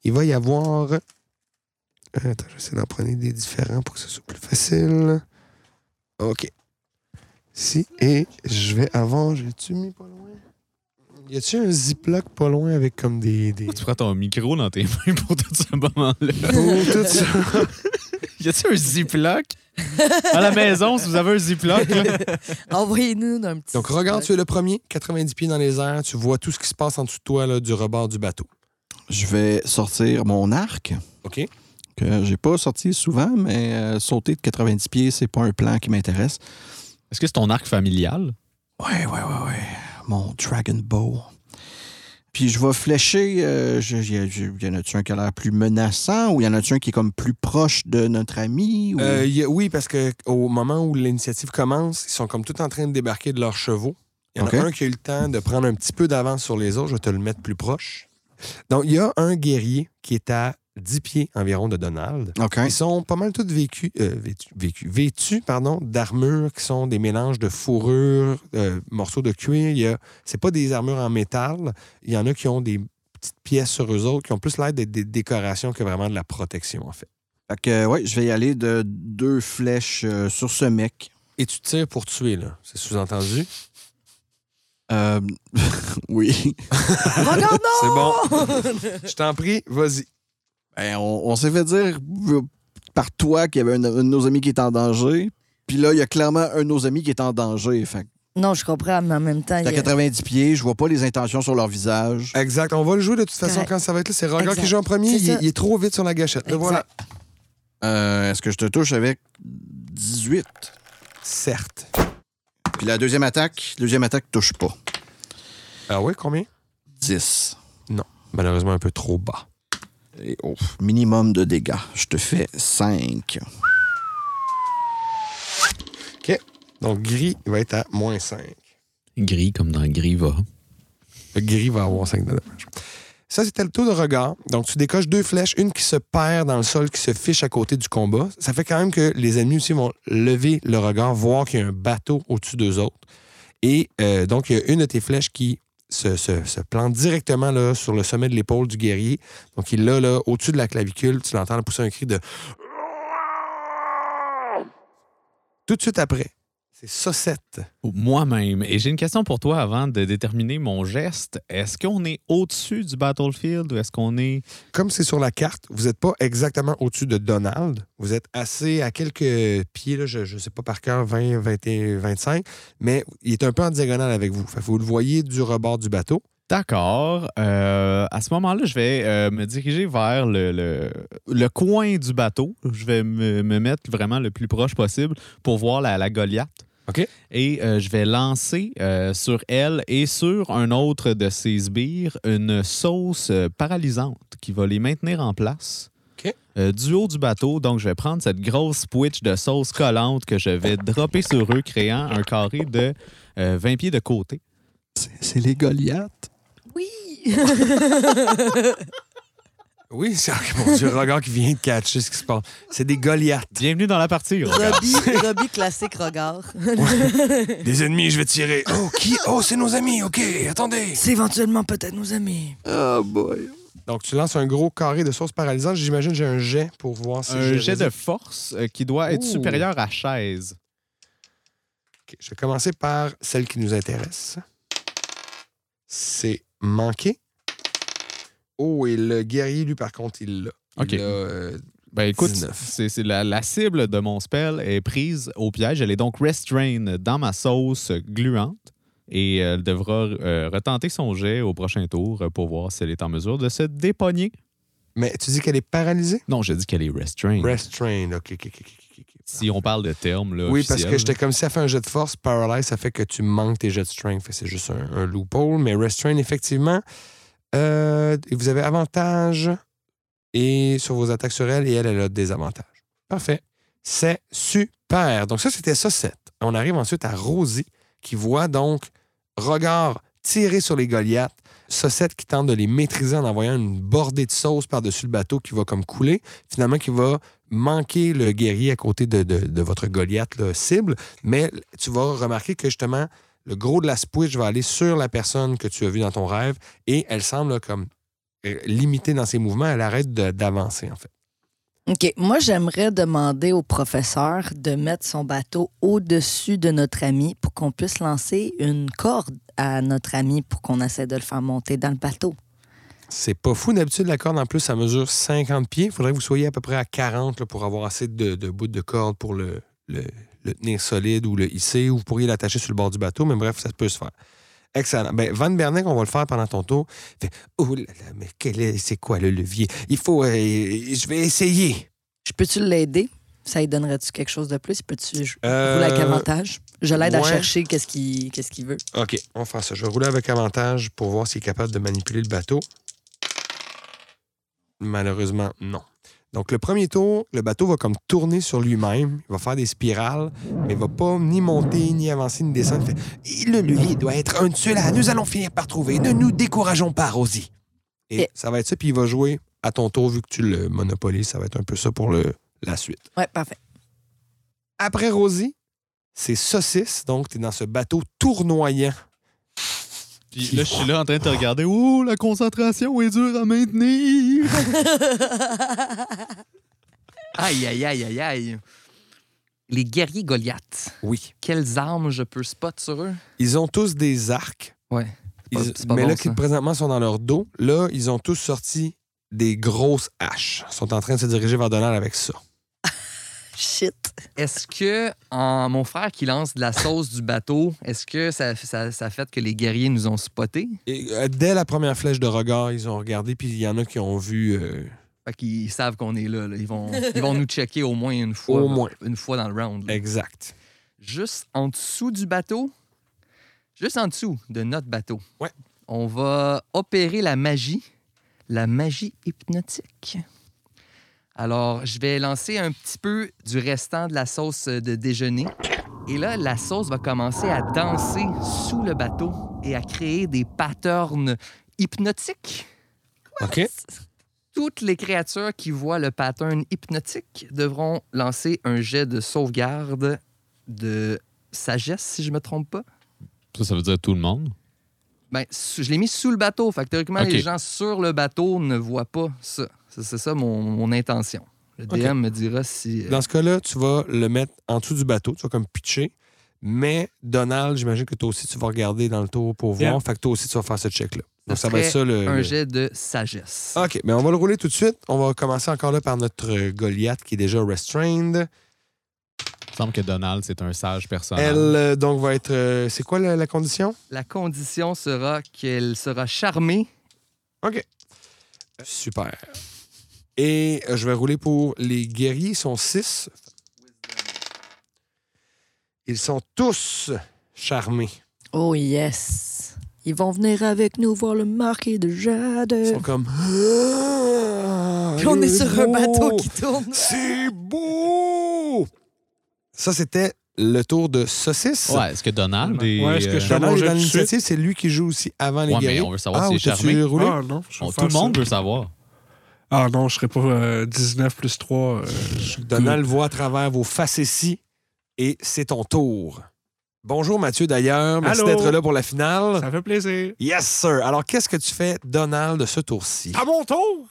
S1: Il va y avoir. Euh, Attends, j'essaie d'en prendre des différents pour que ce soit plus facile. OK. Si, et je vais avant. J'ai-tu mis pas loin? Y a-tu un ziploc pas loin avec comme des. des...
S7: Tu prends ton micro dans tes mains pour tout ce moment-là.
S1: Pour tout ça.
S7: Y a-t-il un ziploc? À la maison, si vous avez un ziploc, là.
S6: Envoyez-nous un petit.
S1: Donc, regarde, tu es le premier, 90 pieds dans les airs. Tu vois tout ce qui se passe en dessous de toi là, du rebord du bateau.
S3: Je vais sortir mon arc,
S1: OK?
S3: que j'ai pas sorti souvent, mais euh, sauter de 90 pieds, c'est pas un plan qui m'intéresse.
S7: Est-ce que c'est ton arc familial?
S3: Ouais, ouais, ouais, ouais. Mon Dragon Bow. Puis je vais flécher. euh, je- je- je- y en a-tu un qui a l'air plus menaçant ou y en a-tu un qui est comme plus proche de notre ami? ou-
S1: Euh, y a- oui, parce que au moment où l'initiative commence, ils sont comme tout en train de débarquer de leurs chevaux. Il y en
S3: OK.
S1: a un qui a eu le temps de prendre un petit peu d'avance sur les autres. Je vais te le mettre plus proche. Donc, il y a un guerrier qui est à 10 pieds environ de Donald.
S3: OK.
S1: Ils sont pas mal tous vécus, euh, vêtus, vécus- vêtus, pardon, d'armures qui sont des mélanges de fourrure, euh, morceaux de cuir. Il y a- C'est pas des armures en métal. Il y en a qui ont des petites pièces sur eux autres qui ont plus l'air d'être des décorations que vraiment de la protection, en fait.
S3: Fait que, ouais, je vais y aller de deux flèches euh, sur ce mec.
S1: Et tu tires pour tuer, là. C'est sous-entendu.
S3: Euh, oui.
S6: Regarde, non!
S1: C'est bon. Je t'en prie, vas-y.
S3: Ben, on on s'est fait dire euh, par toi qu'il y avait un, un de nos amis qui est en danger. Puis là, il y a clairement un de nos amis qui est en danger. Fait que
S6: Non, je comprends, mais en même temps. il y
S3: t'as
S6: a-
S3: 90 pieds, je vois pas les intentions sur leur visage.
S1: Exact. On va le jouer de toute façon
S6: Correct.
S1: quand ça va être là. C'est Roger
S6: Exact.
S1: qui joue en premier.
S6: C'est
S1: Il est,
S6: ça.
S1: il est trop vite sur la gâchette. Le
S6: Exact.
S1: voilà.
S3: Euh, Est-ce que je te touche avec 18?
S1: Certes.
S3: Puis la deuxième attaque, deuxième attaque touche pas.
S1: Ah oui, combien?
S3: 10.
S1: Malheureusement, un peu trop bas.
S3: Et au minimum de dégâts. Je te fais 5.
S1: Donc, gris, il va être à moins 5.
S7: Gris comme dans Gris va.
S1: Le gris va avoir 5 de dommage. Ça, c'était le tour de regard. Donc, tu décoches deux flèches, une qui se perd dans le sol, qui se fiche à côté du combat. Ça fait quand même que les ennemis aussi vont lever le regard, voir qu'il y a un bateau au-dessus d'eux autres. Et euh, donc, il y a une de tes flèches qui se, se- se plante directement là, sur le sommet de l'épaule du guerrier. Donc, il l'a là, au-dessus de la clavicule. Tu l'entends pousser un cri de. Tout de suite après, c'est Saucette.
S7: Moi-même. Et j'ai une question pour toi avant de déterminer mon geste. Est-ce qu'on est au-dessus du battlefield ou est-ce qu'on est.
S1: comme c'est sur la carte, vous n'êtes pas exactement au-dessus de Donald. Vous êtes assez à quelques pieds, là, je ne sais pas par cœur, 20, 21, 25, mais il est un peu en diagonale avec vous. Fait que vous le voyez du rebord du bateau.
S7: D'accord. Euh, à ce moment-là, je vais euh, me diriger vers le, le- le coin du bateau. Je vais me, me mettre vraiment le plus proche possible pour voir la, la Goliath.
S1: OK.
S7: Et euh, je vais lancer euh, sur elle et sur un autre de ses sbires une sauce euh, paralysante qui va les maintenir en place.
S1: OK.
S7: Euh, du haut du bateau, donc je vais prendre cette grosse switch de sauce collante que je vais dropper sur eux, créant un carré de euh, 20 pieds de côté.
S3: C'est les Goliaths.
S6: Oui!
S1: Oui, c'est mon Dieu, regard qui vient de catcher ce qui se passe. C'est des Goliaths.
S7: Bienvenue dans la partie. regarde.
S6: Robbie, Robbie classique regard.
S1: Des ennemis, je vais tirer. Oh, qui? Oh, c'est nos amis. OK, attendez.
S8: C'est éventuellement peut-être nos amis.
S3: Oh boy.
S1: Donc, tu lances un gros carré de sauce paralysante. J'imagine j'ai un jet pour voir si
S7: un
S1: j'ai
S7: jet de force euh, qui doit être
S1: Ouh.
S7: supérieur à 16.
S1: Ok, je vais commencer par celle qui nous intéresse. C'est manqué. Oh, et le guerrier, lui, par contre, il l'a. Il
S2: OK.
S1: l'a, euh,
S2: Ben écoute,
S1: 19.
S2: c'est c'est la, la cible de mon spell est prise au piège. Elle est donc restrained dans ma sauce gluante et elle devra euh, retenter son jet au prochain tour pour voir si elle est en mesure de se dépogner.
S1: Mais tu dis qu'elle est paralysée?
S2: Non, j'ai dit qu'elle est restrained.
S1: Restrained, OK, OK, OK, OK, OK, OK.
S2: si on parle de termes là,
S1: Oui, parce
S2: officiels.
S1: que j'étais comme si elle fait un jet de force, Paralyze, ça fait que tu manques tes jets de strength. Fait que C'est juste un, un loophole. Mais Restrain, effectivement, euh, vous avez avantage et sur vos attaques sur elle et elle, elle a des avantages. Parfait. C'est super. Donc, ça, c'était ça, 7. On arrive ensuite à Rosie qui voit donc regard tiré sur les Goliaths. Sossette qui tente de les maîtriser en envoyant une bordée de sauce par-dessus le bateau qui va comme couler. Finalement, qui va manquer le guerrier à côté de, de- de votre Goliath là, cible, mais tu vas remarquer que justement, le gros de la switch va aller sur la personne que tu as vue dans ton rêve et elle semble là, comme euh, limitée dans ses mouvements. Elle arrête de- d'avancer, en fait.
S6: OK. Moi, j'aimerais demander au professeur de mettre son bateau au-dessus de notre ami pour qu'on puisse lancer une corde à notre ami pour qu'on essaie de le faire monter dans le bateau.
S1: C'est pas fou. D'habitude, la corde, en plus, ça mesure 50 pieds. Il faudrait que vous soyez à peu près à 40 là, pour avoir assez de, de bouts de corde pour le, le- le tenir solide ou le hisser, ou vous pourriez l'attacher sur le bord du bateau, mais bref, ça peut se faire. Excellent. Ben, Van Bernick, on va le faire pendant ton tour. Fait, oh là là, mais quel est- c'est quoi le levier? Il faut. euh, je vais essayer.
S6: Je peux-tu l'aider? Ça lui donnerait-tu quelque chose de plus? Peux-tu je-
S1: Euh,
S6: rouler avec avantage? Je l'aide à
S1: ouais.
S6: chercher qu'est-ce qu'il qu'est-ce qu'il veut.
S1: OK, on va faire ça. Je vais rouler avec avantage pour voir s'il est capable de manipuler le bateau. Malheureusement, non. Donc, le premier tour, le bateau va comme tourner sur lui-même. Il va faire des spirales, mais il va pas ni monter, ni avancer, ni descendre. Il fait, Le levier doit être un de ceux-là. Nous allons finir par trouver. Ne nous décourageons pas, Rosie. Et
S6: Et-
S1: ça va être ça. Puis il va jouer à ton tour, vu que tu le monopolises. Ça va être un peu ça pour le, la suite.
S6: Ouais, parfait.
S1: Après Rosie, c'est Saucisse. Donc, tu es dans ce bateau tournoyant.
S2: Puis là, je suis là en train de te regarder. Oh, la concentration est dure à maintenir.
S5: Aïe, aïe, aïe, aïe, aïe. Les guerriers Goliath,
S1: Oui.
S5: quelles armes je peux spot sur eux?
S1: Ils ont tous des arcs.
S5: Ouais. C'est pas-
S1: Ils-
S5: c'est pas
S1: mais
S5: bon,
S1: là,
S5: ça.
S1: qui présentement sont dans leur dos, là, ils ont tous sorti des grosses haches. Ils sont en train de se diriger vers Donald avec ça.
S6: Shit.
S5: Est-ce que en, mon frère qui lance de la sauce du bateau, est-ce que ça, ça, ça fait que les guerriers nous ont spotés?
S1: Et, euh, dès la première flèche de regard, ils ont regardé, puis il y en a qui ont vu euh,
S5: Fait qu'ils savent qu'on est là. là. Ils, vont, ils vont nous checker au moins une fois.
S1: au moins.
S5: Une fois dans le round. là.
S1: Exact.
S5: Juste en dessous du bateau, juste en dessous de notre bateau,
S1: Ouais.
S5: on va opérer la magie, la magie hypnotique. Alors, je vais lancer un petit peu du restant de la sauce de déjeuner. Et là, la sauce va commencer à danser sous le bateau et à créer des patterns hypnotiques.
S1: OK?
S5: Toutes les créatures qui voient le pattern hypnotique devront lancer un jet de sauvegarde de sagesse, si je me trompe pas.
S2: Ça, ça veut dire tout le monde.
S5: Ben, sous- je l'ai mis sous le bateau. Fait que théoriquement,
S2: Ok.
S5: les gens sur le bateau ne voient pas ça. Ça, C'est ça mon, mon intention. Le DM
S1: Ok.
S5: me dira si. euh,
S1: Dans ce cas-là, tu vas le mettre en dessous du bateau. Tu vas comme pitcher. Mais Donald, j'imagine que toi aussi, tu vas regarder dans le tour pour voir.
S2: Yeah.
S1: Fait que toi aussi, tu vas faire ce check-là.
S5: Ça
S1: Donc, ça va être ça le.
S5: un
S1: le-
S5: jet de sagesse.
S2: Ah.
S1: OK, mais on va le rouler tout de suite. On va commencer encore là par notre euh, Goliath qui est déjà restrained.
S2: Il me semble que Donald, c'est un sage
S7: Ah.
S2: personnage.
S1: Elle, euh, donc, va être. euh, c'est quoi la, la condition?
S5: La condition sera qu'elle sera charmée.
S1: Super. Et euh, je vais rouler pour les guerriers. Ils sont six. Ils sont tous charmés.
S6: Oh yes. Ils vont venir avec nous voir le marquis de Jade.
S1: Ils sont comme. Ah,
S6: Puis Euh. on est sur un
S1: Beau!
S6: bateau qui tourne.
S1: C'est beau! Ça, c'était le tour de Saucisse.
S2: Ouais, est-ce que Donald est.
S9: Ouais, est-ce que
S2: euh,
S9: je suis
S1: Donald est
S9: Manger
S1: dans
S9: tout de
S1: l'initiative, c'est lui qui joue aussi avant les
S2: Ouais, mais
S1: guerriers.
S2: on veut savoir
S1: ah,
S2: s'il est
S1: ou t'as-tu
S2: charmé.
S1: roulé?
S9: Ah non, je vais
S2: on- tout
S9: faire
S2: le monde
S9: ça.
S2: veut savoir.
S9: Ah non, je serais pas euh, 19 plus 3. euh, je-
S1: Donald voit à travers vos facéties et c'est ton tour. Bonjour Mathieu d'ailleurs, merci
S9: Allô?
S1: d'être là pour la finale.
S9: Ça fait plaisir.
S1: Yes sir. Alors qu'est-ce que tu fais Donald de ce tour-ci
S9: À mon tour!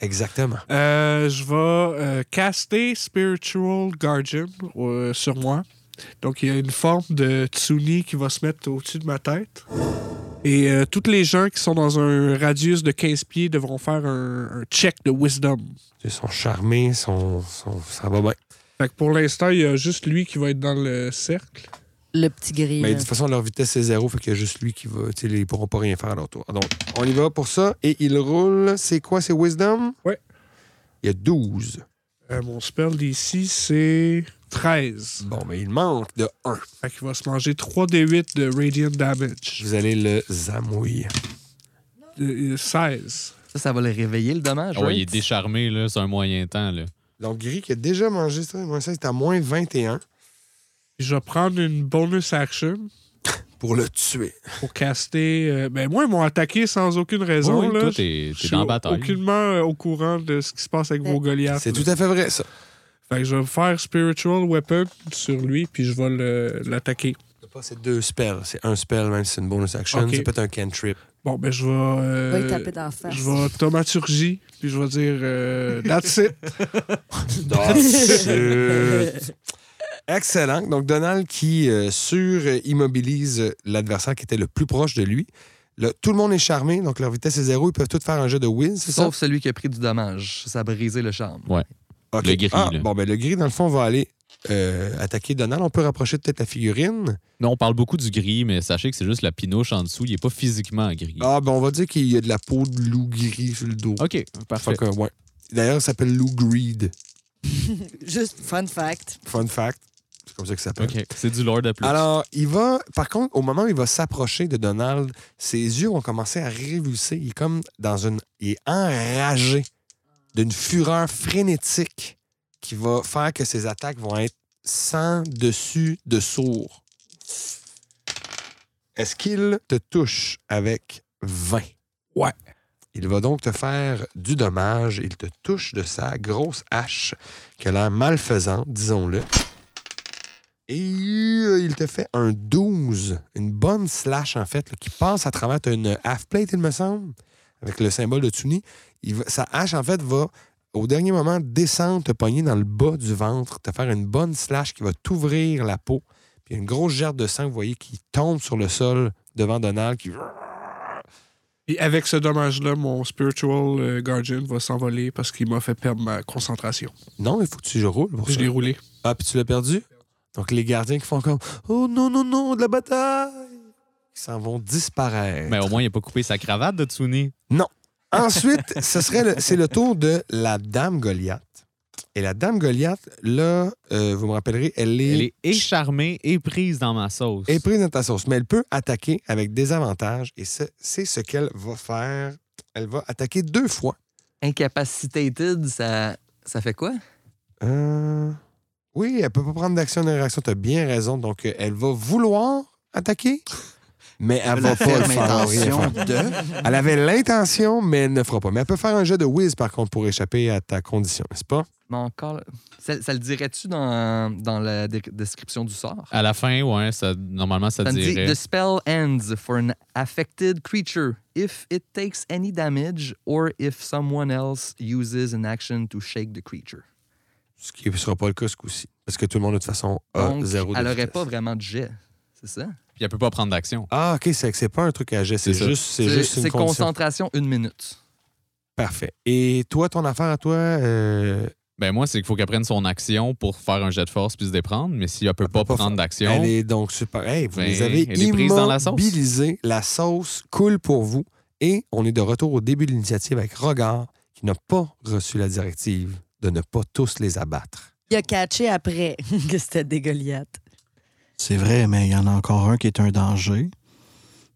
S1: Exactement.
S9: Euh, je vais euh, caster Spiritual Guardian euh, sur moi. Donc, il y a une forme de Tsuni qui va se mettre au-dessus de ma tête. Et euh, toutes les gens qui sont dans un radius de 15 pieds devront faire un, un check de wisdom.
S1: Ils sont charmés, sont, sont- ça va bien.
S9: Fait que pour l'instant, il y a juste lui qui va être dans le cercle.
S6: Le petit gris.
S1: Mais de
S6: là.
S1: toute façon, leur vitesse, c'est zéro. Fait qu'il y a juste lui qui va. tu sais, Ils pourront pas rien faire à leur tour. Donc, on y va pour ça. Et il roule. C'est quoi? C'est Wisdom?
S9: Ouais.
S1: Il y a 12.
S9: Euh, mon spell d'ici, c'est 13.
S1: Bon, mais il manque de 1.
S9: Fait qu'il va se manger 3 D8 de radiant damage.
S1: Vous allez le zamouiller.
S9: Euh, euh, 16.
S5: Ça, ça va le réveiller, le dommage.
S2: Ah ouais,
S5: right?
S2: il est décharmé, là. C'est un moyen temps, là.
S1: Donc, Gris qui a déjà mangé ça, moins ça, c'est à moins 21
S9: Puis je vais prendre une bonus action
S1: pour le tuer.
S9: pour caster. euh, ben moi, ils m'ont attaqué sans aucune raison.
S2: Oui,
S9: là.
S2: toi,
S9: Je
S2: t'es, t'es
S9: suis
S2: dans la bataille.
S9: aucunement euh, au courant de ce qui se passe avec vos
S2: Ah,
S9: Goliaths.
S1: C'est
S9: là.
S1: tout à fait vrai, ça.
S9: Fait que je vais faire Spiritual Weapon sur lui, puis je vais le- l'attaquer.
S1: C'est pas- C'est deux spells. C'est un spell, même si c'est une bonus action.
S9: Ok.
S1: Ça peut être un cantrip.
S9: Bon, ben je vais.
S6: Va
S9: euh,
S6: lui taper dans la face.
S9: je vais thaumaturgie, puis je vais dire euh, That's it.
S1: That's it. Excellent. Donc, Donald qui euh, sur-immobilise l'adversaire qui était le plus proche de lui. Là, tout le monde est charmé, donc leur vitesse est zéro. Ils peuvent tous faire un jeu de whiz, c'est ça?
S5: Sauf celui qui a pris du dommage. Ça a brisé le charme.
S1: OK.
S2: le gris,
S1: Ah,
S2: là.
S1: bon, ben, le gris, dans le fond, va aller euh, attaquer Donald. On peut rapprocher peut-être la figurine.
S2: Non, on parle beaucoup du gris, mais sachez que c'est juste la pinouche en dessous. Il est pas physiquement gris.
S1: Ah, ben, on va dire qu'il y a de la peau de loup gris sur le dos.
S2: OK,
S1: Fait
S2: parfait.
S1: que, ouais. D'ailleurs, il s'appelle Lou Greed.
S6: Juste fun fact.
S1: Fun fact. C'est comme ça qu'il s'appelle.
S2: OK, c'est du lord à plus.
S1: Alors, il va, par contre, au moment où il va s'approcher de Donald, ses yeux ont commencé à révulser. Il est comme dans une. Il est enragé d'une fureur frénétique qui va faire que ses attaques vont être sans dessus de sourd. Est-ce qu'il te touche avec 20?
S9: Ouais.
S1: Il va donc te faire du dommage. Il te touche de sa grosse hache qui a l'air malfaisante, disons-le. Et euh, il te fait un 12, une bonne slash en fait, là, qui passe à travers t'as une half plate, il me semble, avec le symbole de Tuni. Il va- sa hache en fait va au dernier moment descendre, te pogner dans le bas du ventre, te faire une bonne slash qui va t'ouvrir la peau. Puis une grosse gerbe de sang, vous voyez, qui tombe sur le sol devant Donald, qui
S9: Et avec ce dommage-là, mon Spiritual euh, Guardian va s'envoler parce qu'il m'a fait perdre ma concentration.
S1: non, il faut que tu roules pour
S9: Je
S1: ça.
S9: l'ai roulé.
S1: Ah, puis tu l'as perdu? Donc les gardiens qui font comme Oh non, non, non, de la bataille! Ils s'en vont disparaître.
S2: Mais au moins, il n'a pas coupé sa cravate de Tsuni.
S1: Ensuite, ce serait le- c'est le tour de la Dame Goliath. Et la Dame Goliath, là, euh, vous me rappellerez, elle est,
S2: Elle est écharmée et prise dans ma sauce.
S1: est prise dans ta sauce, mais elle peut attaquer avec des avantages et ce- c'est ce qu'elle va faire. Elle va attaquer deux fois.
S5: Incapacitated, ça, ça fait quoi?
S1: Euh, Oui, elle peut pas prendre d'action ni de réaction, tu as bien raison. Donc, euh, elle va vouloir attaquer, mais elle va pas le
S3: ferme
S1: faire. rien
S3: intention
S1: faire.
S3: de.
S1: Elle avait l'intention, mais elle ne fera pas. Mais elle peut faire un jet de whiz, par contre, pour échapper à ta condition, n'est-ce pas?
S5: Mais encore, ça, ça le dirais-tu dans, dans la dé- description du sort?
S2: À la fin, ouais, ça, normalement, Ah, ça,
S5: Ça me dit
S2: dirait.
S5: The spell ends for an affected creature if it takes any damage or if someone else uses an action to shake the creature.
S1: Ce qui ne sera pas le cas ce coup-ci. Parce que tout le monde, de toute façon, a
S5: Donc,
S1: Ah, zéro de
S5: elle n'aurait
S1: vitesse.
S5: pas vraiment de jet. C'est ça?
S2: Puis elle peut pas prendre d'action.
S1: Ah, OK, c'est que c'est pas un truc à jet, c'est
S2: C'est ça.
S1: juste, c'est juste une
S5: c'est
S1: condition.
S5: concentration une minute.
S1: Parfait. Et toi, ton affaire à toi, euh,
S2: Ben moi, c'est qu'il faut qu'elle prenne son action pour faire un jet de force puis se déprendre. Mais si elle peut pas,
S1: peut pas
S2: prendre d'action,
S1: elle est donc super. Hey, vous
S2: Ben,
S1: les avez
S2: elle est prise dans la sauce.
S1: immobilisés. La sauce coule pour vous. Et on est de retour au début de l'initiative avec Regard, qui n'a pas reçu la directive de ne pas tous les abattre.
S6: Il a catché après que c'était des Goliaths.
S3: C'est vrai, mais il y en a encore un qui est un danger.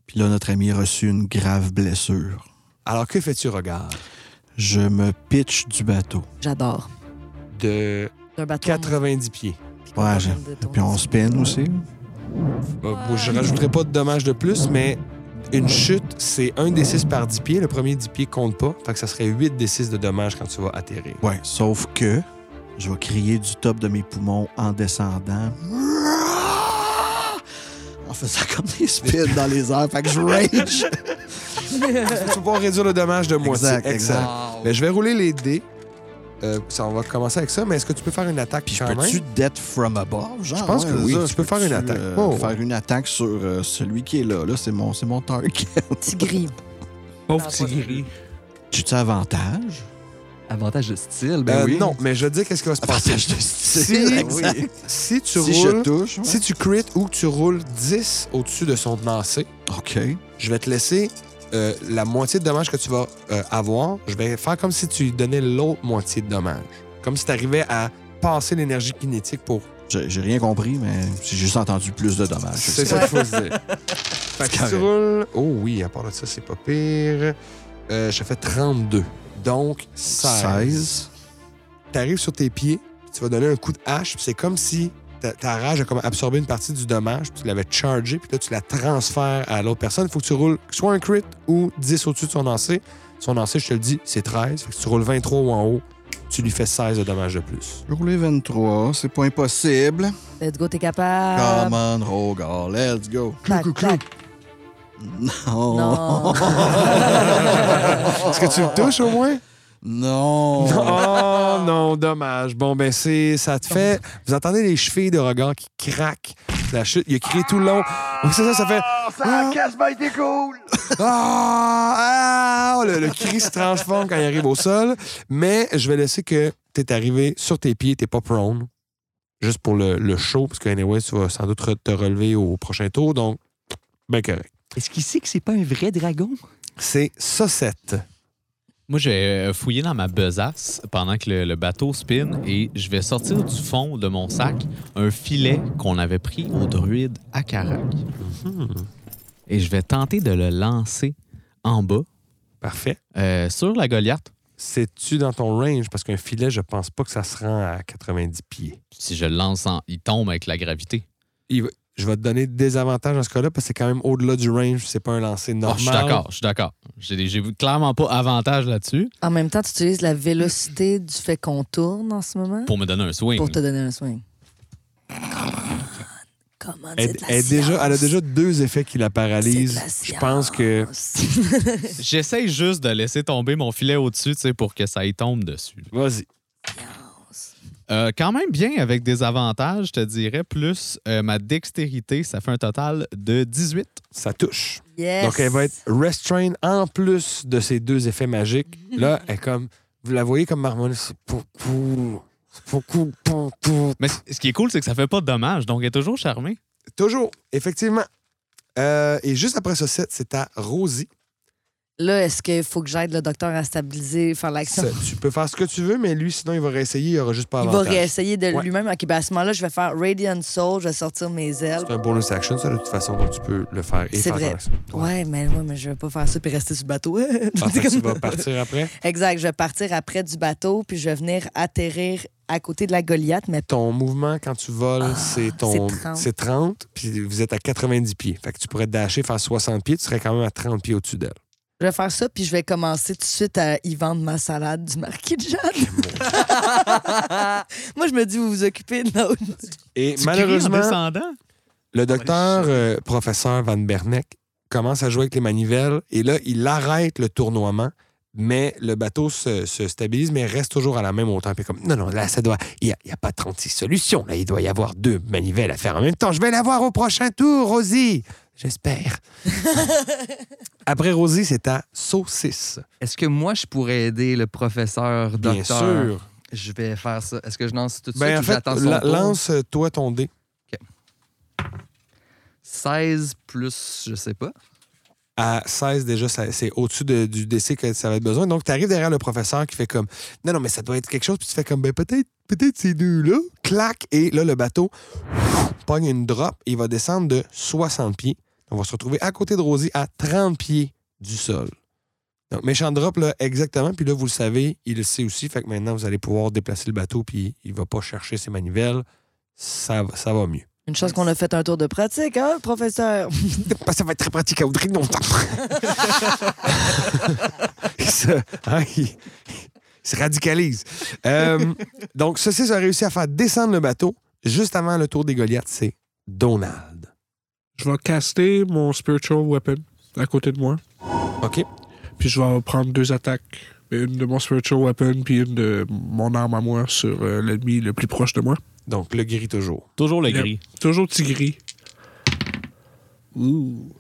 S3: Puis là, notre ami a reçu une grave blessure.
S1: Alors, que fais-tu, Regard?
S3: Je me pitch du bateau.
S6: J'adore.
S1: De
S6: Un bateau.
S1: 90 pieds.
S3: Ouais, j'ai- Puis on spin aussi.
S1: Bah, moi, je rajouterai pas de dommages de plus, mais une chute, c'est un des 6 par 10 pieds. Le premier 10 pieds compte pas. Fait que ça serait 8 des 6 de dommages quand tu vas atterrir.
S3: Ouais, sauf que je vais crier du top de mes poumons en descendant. En faisant comme des spins dans les airs. Fait que je rage.
S1: tu vas pouvoir réduire le dommage de moitié.
S3: Exact, exact.
S1: Excellent. Ben, je vais rouler les dés. euh, ça, on va commencer avec ça, mais est-ce que tu peux faire une attaque
S3: Puis je
S1: quand
S3: peux-tu
S1: même?
S3: death from above? Genre,
S1: Je pense que
S3: c'est
S1: oui,
S3: ça,
S1: tu peux faire une attaque.
S3: euh,
S1: Oh, ouais.
S3: faire une attaque sur euh, celui qui est là. Là, c'est mon, c'est mon target.
S6: Petit gris.
S9: Pauvre
S6: Ah,
S9: petit
S6: pas ça.
S9: gris.
S3: J'ai-tu avantage?
S5: Avantage de style, ben
S1: Euh,
S5: oui.
S1: Non, mais je veux dire qu'est-ce qui va se passer.
S3: Avantage de
S1: Si-
S3: style. exact.
S1: Si
S3: Si
S1: tu roules,
S3: je touche. ouais.
S1: si tu crit ou que tu roules 10 au-dessus de son lancé,
S3: OK.
S1: je vais te laisser euh, la moitié de dommages que tu vas euh, avoir. Je vais faire comme si tu lui donnais l'autre moitié de dommages. Comme si tu arrivais à passer l'énergie kinétique pour.
S3: J'ai j'ai rien compris, mais j'ai juste entendu plus de dommages.
S1: C'est ça qu'il faut se dire. fait que si tu
S3: correct.
S1: roules. Oh oui, à part de ça, c'est pas pire. Euh, je fais 32. Donc, 16.
S3: 16.
S1: Tu arrives sur tes pieds, puis tu vas donner un coup de hache, puis c'est comme si ta, ta rage a comme absorbé une partie du dommage, puis tu l'avais chargé, puis là, tu la transfères à l'autre personne. Il faut que tu roules soit un crit ou 10 au-dessus de son lancé. Son lancé, je te le dis, c'est 13. Fait que si tu roules 23 ou en haut, tu lui fais 16 de dommages de plus.
S3: Rouler 23, c'est pas impossible.
S6: Let's go, t'es
S3: Come
S6: capable.
S3: on, Rogar, let's go.
S6: Tac, tac.
S3: Non.
S6: Non.
S1: Est-ce que tu le touches au moins?
S3: Non.
S1: Oh non, dommage. Bon, ben c'est. Ça te fait. Vous entendez les chevilles de regard qui craquent. La chute, il a crié tout le long. Oui, c'est ça, ça fait. Ah,
S3: Ah.
S1: Ça a cool! Ah! ah! Le, le cri se transforme quand il arrive au sol. Mais je vais laisser que tu es arrivé sur tes pieds, t'es pas prone. Juste pour le, le show, parce que anyway, tu vas sans doute re- te relever au prochain tour. Donc, ben correct.
S5: Est-ce qu'il sait que c'est pas un vrai dragon?
S1: C'est Saucette.
S7: Moi, j'ai euh, fouillé dans ma besace pendant que le, le bateau spin et je vais sortir du fond de mon sac un filet qu'on avait pris au druide à Karak.
S6: Mhm.
S7: Et je vais tenter de le lancer en bas
S1: Parfait.
S7: euh, sur la Goliath.
S1: C'est-tu dans ton range? Parce qu'un filet, je pense pas que ça se rend à 90 pieds.
S7: Si je le lance, en, il tombe avec la gravité.
S1: Je vais te donner des avantages dans ce cas-là parce que c'est quand même au-delà du range, c'est pas un lancer
S7: Ah,
S1: normal.
S7: je suis d'accord, je suis d'accord. J'ai j'ai clairement pas avantage là-dessus
S6: En même temps, tu utilises la vélocité du fait qu'on tourne en ce moment
S7: pour me donner un swing.
S6: pour te donner un swing. Comment
S1: Elle, elle est déjà, elle a déjà deux effets qui la paralysent.
S6: C'est de
S1: Je
S6: la
S1: pense que
S7: J'essaie juste de laisser tomber mon filet au-dessus tu sais, pour que ça y tombe dessus.
S1: vas-y.
S7: Euh, quand même bien avec des avantages, je te dirais, plus euh, ma dextérité, ça fait un total de 18.
S1: Ça touche.
S6: Yes.
S1: Donc elle va être restrained en plus de ces deux effets magiques. Là, elle est comme vous la voyez comme marmonne, c'est pou pou pou pou pou pou.
S7: Mais c- ce qui est cool, c'est que ça fait pas de dommages, donc elle est toujours charmée.
S1: Toujours, effectivement. Euh, et juste après ça, c'est c'est à Rosie.
S6: Là, est-ce qu'il faut que j'aide le docteur à stabiliser, faire l'action?
S1: Ça, tu peux faire ce que tu veux, mais lui, sinon, il va réessayer, il aura juste pas
S6: Il va
S1: avantage.
S6: réessayer de
S1: Ouais.
S6: lui-même. OK, ben à ce moment-là, je vais faire Radiant Soul, je vais sortir mes ailes.
S1: C'est un bonus action, ça, de toute façon, donc tu peux le faire et
S6: C'est
S1: faire
S6: vrai.
S1: ton action. Ouais.
S6: Ouais, mais, ouais, mais je vais pas faire ça puis rester sur le bateau.
S1: Ah, fait que tu
S6: Comme-
S1: vas partir après.
S6: Exact, je vais partir après du bateau puis je vais venir atterrir à côté de la Goliath, mais
S1: Ton mouvement quand tu voles, c'est ton.
S6: c'est 30.
S1: C'est 30, puis vous êtes à 90 pieds. Fait que tu pourrais te dasher, faire 60 pieds, tu serais quand même à 30 pieds au-dessus d'elle.
S6: je vais faire ça puis je vais commencer tout de suite à y vendre ma salade du marquis de Jade. Moi, je me dis, vous vous occupez de l'autre.
S1: Et
S7: Tu cries en
S1: malheureusement,
S7: descendant?
S1: le docteur euh, professeur Van Berneck commence à jouer avec les manivelles et là, il arrête le tournoiement. Mais le bateau se, se stabilise, mais reste toujours à la même hauteur. Puis comme, non, non, là, ça doit. Il n'y a, il y a pas 36 solutions. Là, il doit y avoir deux manivelles à faire en même temps. Je vais l'avoir au prochain tour, Rosie. J'espère. Après Rosie, c'est à Saucisse.
S5: Est-ce que moi, je pourrais aider le professeur docteur?
S1: Bien sûr.
S5: Je vais faire ça. Est-ce que je lance tout de
S1: Ben, en
S5: suite
S1: fait,
S5: ou j'attends son
S1: la-
S5: tour?
S1: lance-toi ton dé.
S5: 16 plus, je sais pas.
S1: À 16, déjà, ça- c'est au-dessus de- du décès que ça va être besoin. Donc, tu arrives derrière le professeur qui fait comme Non, non, mais ça doit être quelque chose. Puis tu fais comme Ben, peut-être, peut-être ces deux-là. Clac. Et là, le bateau ouf, pogne une drop et il va descendre de 60 pieds. On va se retrouver à côté de Rosie à 30 pieds du sol. Donc, méchant drop, là, exactement. Puis là, vous le savez, il le sait aussi. Fait que maintenant, vous allez pouvoir déplacer le bateau, puis il va pas chercher ses manivelles. Ça, va- ça va mieux.
S6: Une chose qu'on a fait un tour de pratique, hein, professeur?
S1: Ça va être très pratique à Audrey longtemps. il, se, hein, il- il se radicalise. Euh, donc, ceci a réussi à faire descendre le bateau juste avant le tour des Goliaths. C'est Donald.
S9: Je vais caster mon spiritual weapon à côté de moi.
S1: OK.
S9: Puis je vais prendre deux attaques une de mon spiritual weapon puis une de mon arme à moi sur euh, l'ennemi le plus proche de moi.
S1: Donc, le gris toujours.
S7: Toujours le
S9: Yep.
S7: gris.
S9: Toujours petit gris. Ouh.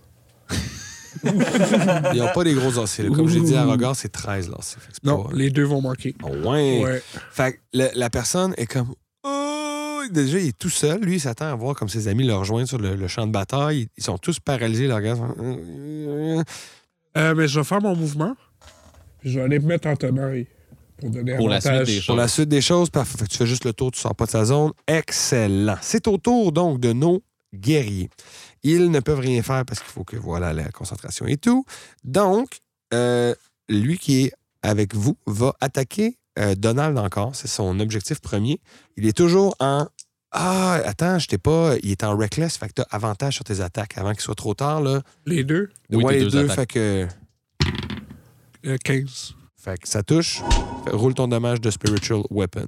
S1: Ils n'ont pas des gros lacets. là. Comme j'ai dit à Rogar, c'est 13 lacets. Fait que c'est
S9: Non,
S1: pas-
S9: les deux vont manquer.
S1: Ah ouais.
S9: Ouais.
S1: Fait que le- la personne est comme. Oh! Déjà, il est tout seul. Lui, il s'attend à voir comme ses amis le rejoignent sur le, le champ de bataille. Ils sont tous paralysés, leur gars.
S9: Euh, mais je vais faire mon mouvement. Puis je vais aller me mettre en tenaille pour donner
S7: Pour la
S9: avantage.
S7: suite des choses.
S1: Pour la suite des choses, parfait. Fait que tu fais juste le tour, tu sors pas de sa zone. Excellent. C'est au tour donc de nos guerriers. Ils ne peuvent rien faire parce qu'il faut que voilà la concentration et tout. Donc, euh, lui qui est avec vous va attaquer euh, Donald encore. C'est son objectif premier. Il est toujours en Ah, attends, je t'ai pas. Il est en reckless, fait que t'as avantage sur tes attaques avant qu'il soit trop tard. Là.
S9: Les deux,
S7: Oui,
S1: Ouais,
S7: tes
S1: les
S7: deux
S1: deux,
S7: attaques.
S1: fait que.
S9: euh, 15.
S1: Fait que ça touche. Fait- roule ton dommage de spiritual weapon.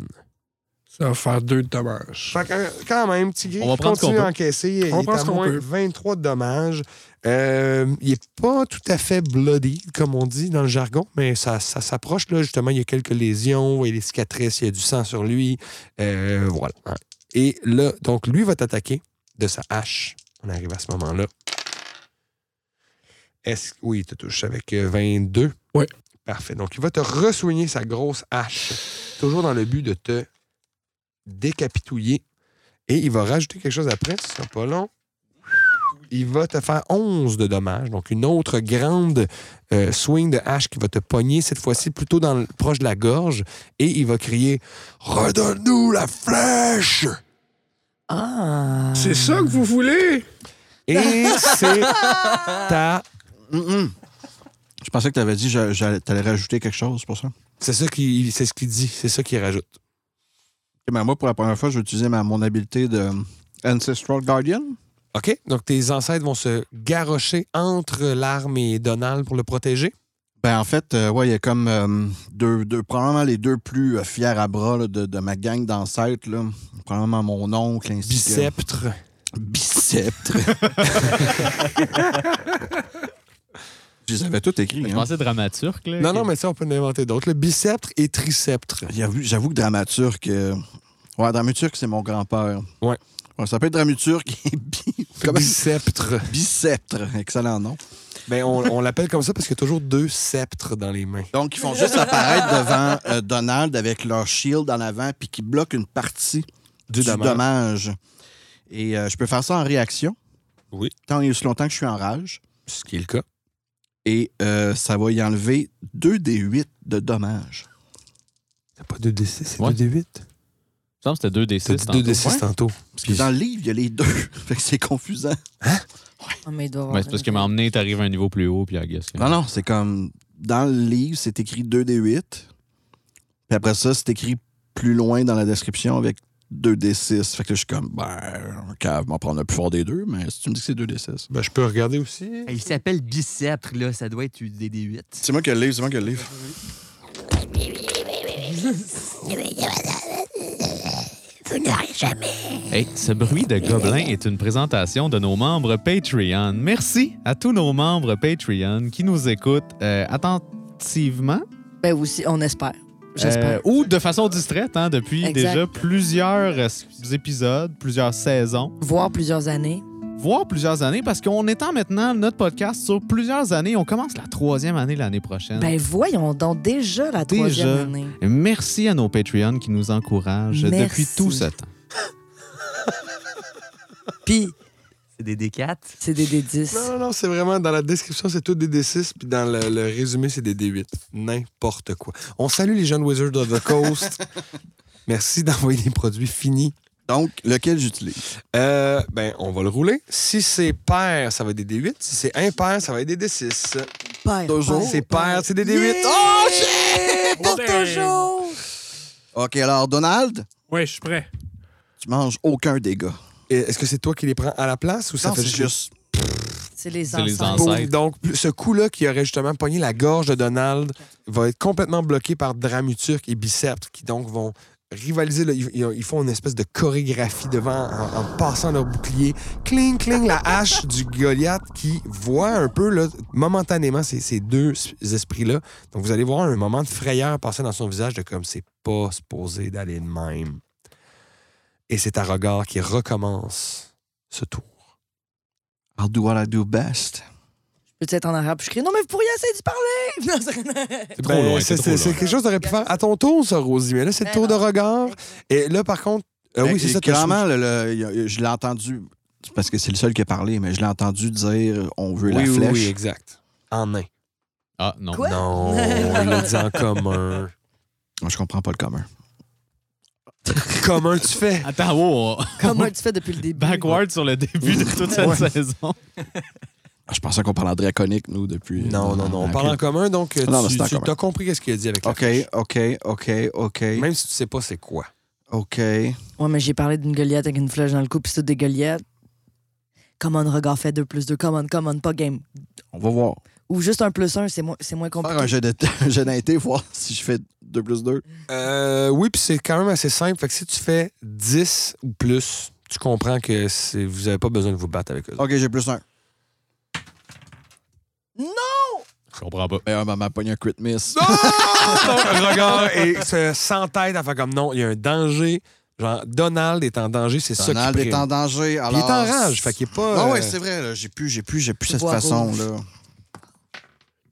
S9: Ça va faire deux de dommages.
S7: Ah.
S1: Fait que, euh, quand même, petit gris
S7: On va
S1: qui
S7: prendre ce qu'on
S1: continue à
S7: peut.
S1: encaisser.
S9: On
S1: il est
S9: prend
S1: à
S9: ce qu'on
S1: moins
S9: peut.
S1: 23 de dommages. Euh, il est pas tout à fait bloody, comme on dit dans le jargon, mais ça, ça s'approche. là Justement, il y a quelques lésions, il y a des cicatrices, il y a du sang sur lui. Euh, voilà. hein. Et là, donc, lui va t'attaquer de sa hache. On arrive à ce moment-là. Est-ce Oui, il te touche avec euh, 22.
S9: Ouais.
S1: Parfait. Donc, il va te ressoigner sa grosse hache, toujours dans le but de te décapitouiller. Et il va rajouter quelque chose après, ce sera pas long. Il va te faire 11 de dommages. Donc, une autre grande euh, swing de hache qui va te pogner, cette fois-ci plutôt dans, le- proche de la gorge. Et il va crier Redonne-nous la flèche
S6: Ah.
S9: C'est ça que vous voulez?
S1: Et c'est ta.
S3: Mm-mm. Je pensais que tu avais dit que tu allais rajouter quelque chose pour ça.
S1: C'est ça qui, c'est ce qu'il dit, c'est ça qu'il rajoute.
S3: Ok, mais moi, pour la première fois, je vais utiliser ma, mon habileté de euh, Ancestral Guardian.
S1: OK? Donc, tes ancêtres vont se garrocher entre l'arme et Donald pour le protéger.
S3: Ben, en fait, euh, ouais, il y a comme euh, deux, deux, probablement les deux plus euh, fiers à bras là, de, de ma gang d'ancêtres. là. Probablement mon oncle, ainsi
S1: Biceptre.
S3: que... Biceps. Je les avais tous écrits.
S7: Je
S3: hein.
S7: pensais dramaturge. Là,
S1: Non, non, mais ça, on peut en inventer d'autres. Le biceptre et triceptre.
S3: J'avoue, j'avoue que dramaturg. euh, Ouais, dramaturg, c'est mon grand-père.
S1: Ouais.
S3: Ouais, ça peut être dramaturg et bi- comment-
S1: Biceptre.
S3: biceptre. Excellent nom.
S1: Ben, on, on l'appelle comme ça parce qu'il y a toujours deux sceptres dans les mains.
S3: Donc, ils font juste apparaître devant euh, Donald avec leur shield en avant, puis qui bloquent une partie du, dommage. Et euh, je peux faire ça en réaction.
S1: Oui.
S3: Tant et aussi longtemps que je suis en rage.
S1: Ce qui est le cas.
S3: Et euh, ça va y enlever 2 des 8 de dommages.
S1: T'as pas 2 d c'est
S7: Ouais.
S1: 2D8.
S7: Il me semble que c'était 2D6.
S1: T'as dit 2 d
S3: Ouais.
S1: tantôt.
S3: Parce que dans le livre, il y a les deux. fait que c'est confusant.
S6: Ah, mais il doit avoir
S7: Mais c'est parce
S6: une-
S7: que m'a emmené, t'arrives à un niveau plus haut, puis I guess. que-
S1: Ah.
S3: Non, non, c'est comme dans le livre, c'est écrit 2 des 8. Puis après ça, c'est écrit plus loin dans la description avec 2 des 6. Fait que là, je suis comme, ben, cave, m'en prendre le plus fort des deux, mais si tu me dis que c'est 2 des 6.
S1: Ben, je peux regarder aussi.
S5: Il s'appelle Biceptre, là. Ça doit être une DD8.
S3: C'est moi qui ai le livre, c'est moi qui ai le livre.
S7: Hey, ce bruit de gobelin est une présentation de nos membres Patreon. Merci à tous nos membres Patreon qui nous écoutent euh, attentivement
S6: Ben aussi, on espère.
S7: euh,
S6: J'espère.
S7: ou de façon distraite hein, depuis
S6: Exact.
S7: déjà plusieurs euh, épisodes, plusieurs saisons.
S6: Voir plusieurs années.
S7: voire plusieurs années, parce qu'on étend maintenant notre podcast sur plusieurs années. On commence la troisième année l'année prochaine.
S6: Ben voyons donc déjà la troisième
S7: Déjà.
S6: année.
S7: Merci à nos Patreons qui nous encouragent
S6: Merci.
S7: depuis tout ce temps.
S6: Puis,
S5: C'est des D4.
S6: c'est des D10.
S1: Non, non, non, c'est vraiment dans la description, c'est tout des D6, puis dans le, le résumé, c'est des D8. N'importe quoi. On salue les jeunes Wizards of the Coast. Merci d'envoyer des produits finis.
S3: Donc, lequel j'utilise?
S1: Euh, ben, on va le rouler. Si c'est pair, ça va être des D8. Si c'est impair, ça va être des D6.
S6: Père,
S1: Toujours.
S6: père,
S1: C'est pair, c'est des D8.
S6: Yeah!
S1: Oh, shit!
S6: Pour toujours!
S3: OK, alors, Donald,
S9: Ouais, je suis prêt.
S3: tu manges aucun dégât.
S1: Et Est-ce que c'est toi qui les prends à la place ou ça
S3: Non,
S1: fait
S3: c'est juste...
S6: C'est les
S7: C'est les
S6: ancêtres.
S7: ancêtres.
S1: Boum.
S7: Ancêtre.
S1: Donc, plus- ce coup-là qui aurait justement pogné la gorge de Donald va être complètement bloqué par Dramuturg et Biceps, qui donc vont rivaliser. là. Ils, ils- ils font une espèce de chorégraphie devant en, en passant leur bouclier. Cling, cling, la hache du Goliath qui voit un peu là, momentanément ces, ces deux s- esprits-là. Donc vous allez voir un moment de frayeur passer dans son visage de comme c'est pas supposé d'aller de même. Et c'est à regard qui recommence ce tour.
S3: I'll do what I do best.
S6: Peut-être en arabe, je crie Non, mais vous pourriez essayer de parler! Non, c'est-
S7: trop
S1: Ben,
S7: loin,
S1: C'est
S7: c'est trop
S1: c'est- c'est
S7: loin.
S1: quelque chose que t'aurais pu faire à ton tour, ça, Rosie. Mais là, c'est le
S6: Ben
S1: tour de
S6: non.
S1: regard. Et là, par contre, euh,
S3: Ben,
S1: oui, c'est ça. t'as
S3: Clairement, le- le- il y a- je l'ai entendu, c'est parce que c'est le seul qui a parlé, mais je l'ai entendu dire on veut
S1: choisi-
S3: la
S1: oui, oui,
S3: flèche.
S1: oui, exact. En nain.
S7: Ah, non.
S6: Quoi?
S1: Non, on l'a dit en commun.
S3: Moi, je comprends pas le commun.
S1: Commun, tu fais.
S7: Attends, wow,
S6: Comment tu fais depuis le début?
S7: backward sur le début de toute cette
S1: Ouais.
S7: saison.
S3: Ah, Je pensais qu'on parlait de draconique, nous, depuis. euh,
S1: Non, non, non. On
S3: Ok.
S1: parle en commun, donc euh,
S3: Non, non,
S1: tu,
S3: c'est en
S1: tu
S3: commun.
S1: as compris qu'est-ce qu'il a dit avec la
S3: OK,
S1: flèche.
S3: OK, OK, OK,
S1: Même si tu sais pas c'est quoi.
S3: OK.
S6: Ouais, mais j'ai parlé d'une Goliath avec une flèche dans le cou, puis c'est tout des Goliaths. Common, regard fait 2 plus 2, common, common, pas game.
S3: On va voir.
S6: Ou juste un plus 1, c'est moins, c'est moins
S3: Faire un
S6: compliqué.
S3: jeu de- un jeu d'inté, voir si je fais 2 plus 2.
S1: Euh, oui, puis c'est quand même assez simple. Fait que si tu fais 10 ou plus, tu comprends que c'est- vous n'avez pas besoin de vous battre avec eux. autres.
S3: OK, j'ai plus 1.
S7: Je comprends pas.
S3: Mais Ben, un maman pogne un crit miss.
S1: Donc, regard et se- sans tête à faire comme non, il y a un danger. Genre, Donald est en danger, c'est ça qui
S3: Donald
S1: prime.
S3: est en danger.
S1: Puis il est
S3: Alors...
S1: en rage, fait qu'il est pas.
S3: Ah
S1: euh,
S3: ouais, c'est vrai, là, j'ai plus, j'ai plus, j'ai plus cette
S6: Bois
S3: façon,
S6: rouge.
S3: là.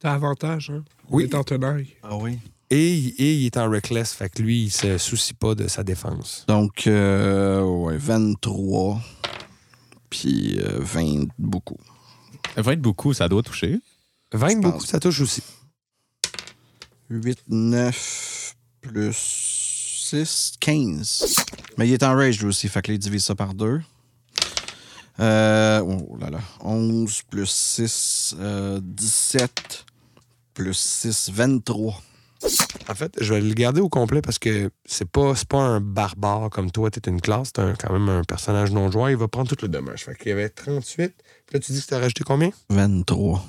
S9: T'as avantage, hein?
S1: Oui.
S9: Il est en tenaille.
S3: Ah oui.
S1: et, et il est en reckless, fait que lui, il se soucie pas de sa défense.
S3: Donc, euh, ouais, 23, puis euh, 20 beaucoup.
S7: Ça va être beaucoup, ça doit toucher.
S1: 20
S3: pense.
S1: beaucoup, ça touche aussi.
S3: 8, 9, plus 6, 15. Mais il est en rage, lui aussi, fait que là, il divise ça par 2. Euh, oh là là, 11 plus 6, euh, 17 plus 6, 23.
S1: En fait, je vais le garder au complet parce que c'est pas, c'est pas un barbare comme toi, t'es une classe, t'es un- quand même un personnage non joueur, il va prendre tout le dommage. Fait qu'il y avait 38. Puis là, tu dis que t'as rajouté combien?
S3: 23.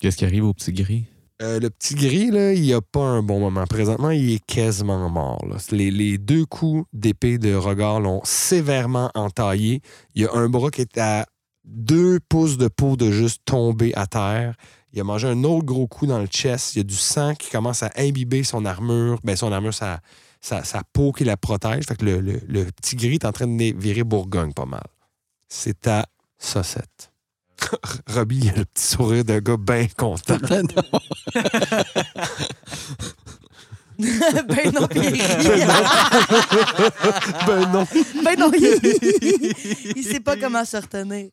S7: Qu'est-ce qui arrive au petit gris?
S1: Euh, le petit gris, là, il a pas un bon moment. Présentement, il est quasiment mort. là. Les, les deux coups d'épée de regard l'ont sévèrement entaillé. Il y a un bras qui est à deux pouces de peau de juste tomber à terre. Il a mangé un autre gros coup dans le chest. Il y a du sang qui commence à imbiber son armure. Ben, son armure, sa, sa, sa peau qui la protège. Fait que le, le- le petit gris est en train de né- virer Bourgogne pas mal. C'est à Saucette. Robbie, il a le petit sourire d'un gars bien content.
S6: ben non, il rit.
S1: Ben non.
S6: Ben non, il Il sait pas comment se retenir.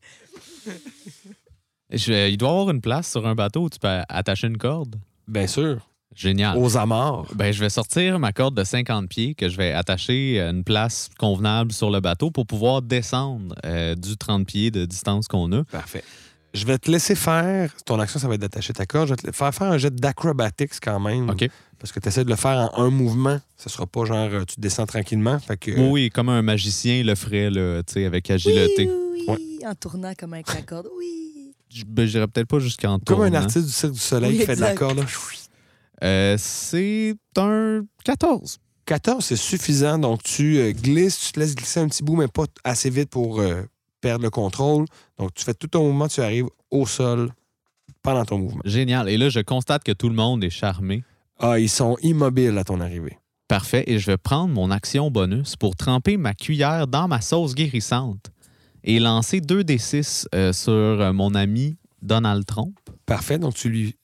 S7: Je- il doit y avoir une place sur un bateau où tu peux attacher une corde.
S1: Bien sûr.
S6: Ah.
S7: Génial.
S1: Aux amarres.
S7: Ben, je vais sortir ma corde de 50 pieds que je vais attacher à une place convenable sur le bateau pour pouvoir descendre euh, du 30 pieds de distance qu'on a.
S1: Parfait. Je vais te laisser faire. Ton action, ça va être d'attacher ta corde. Je vais te faire faire un jet d'acrobatics quand même.
S7: OK.
S1: Parce que tu essaies de le faire en un mouvement. Ce sera pas genre euh, tu descends tranquillement. Fait que. euh,
S7: Oui, oui, comme un magicien le ferait là, tu sais, avec agilité.
S6: Oui, oui,
S1: Ouais.
S6: en tournant comme avec la corde. Oui.
S7: Je ben, j'irais peut-être pas jusqu'en
S1: Comme un
S7: tournant.
S1: artiste du Cirque du Soleil
S6: Oui,
S1: qui fait de la
S6: exact.
S1: corde. là.
S7: Euh, c'est un 14.
S1: 14, c'est suffisant. Donc, tu euh, glisses, tu te laisses glisser un petit bout, mais pas t- assez vite pour euh, perdre le contrôle. Donc, tu fais tout ton mouvement, tu arrives au sol pendant ton mouvement.
S7: Génial. Et là, je constate que tout le monde est charmé.
S1: Ah, ils sont immobiles à ton arrivée.
S7: Parfait. Et je vais prendre mon action bonus pour tremper ma cuillère dans ma sauce guérissante et lancer 2 D6 euh, sur euh, mon ami Donald Trump.
S1: Parfait. Donc, tu lui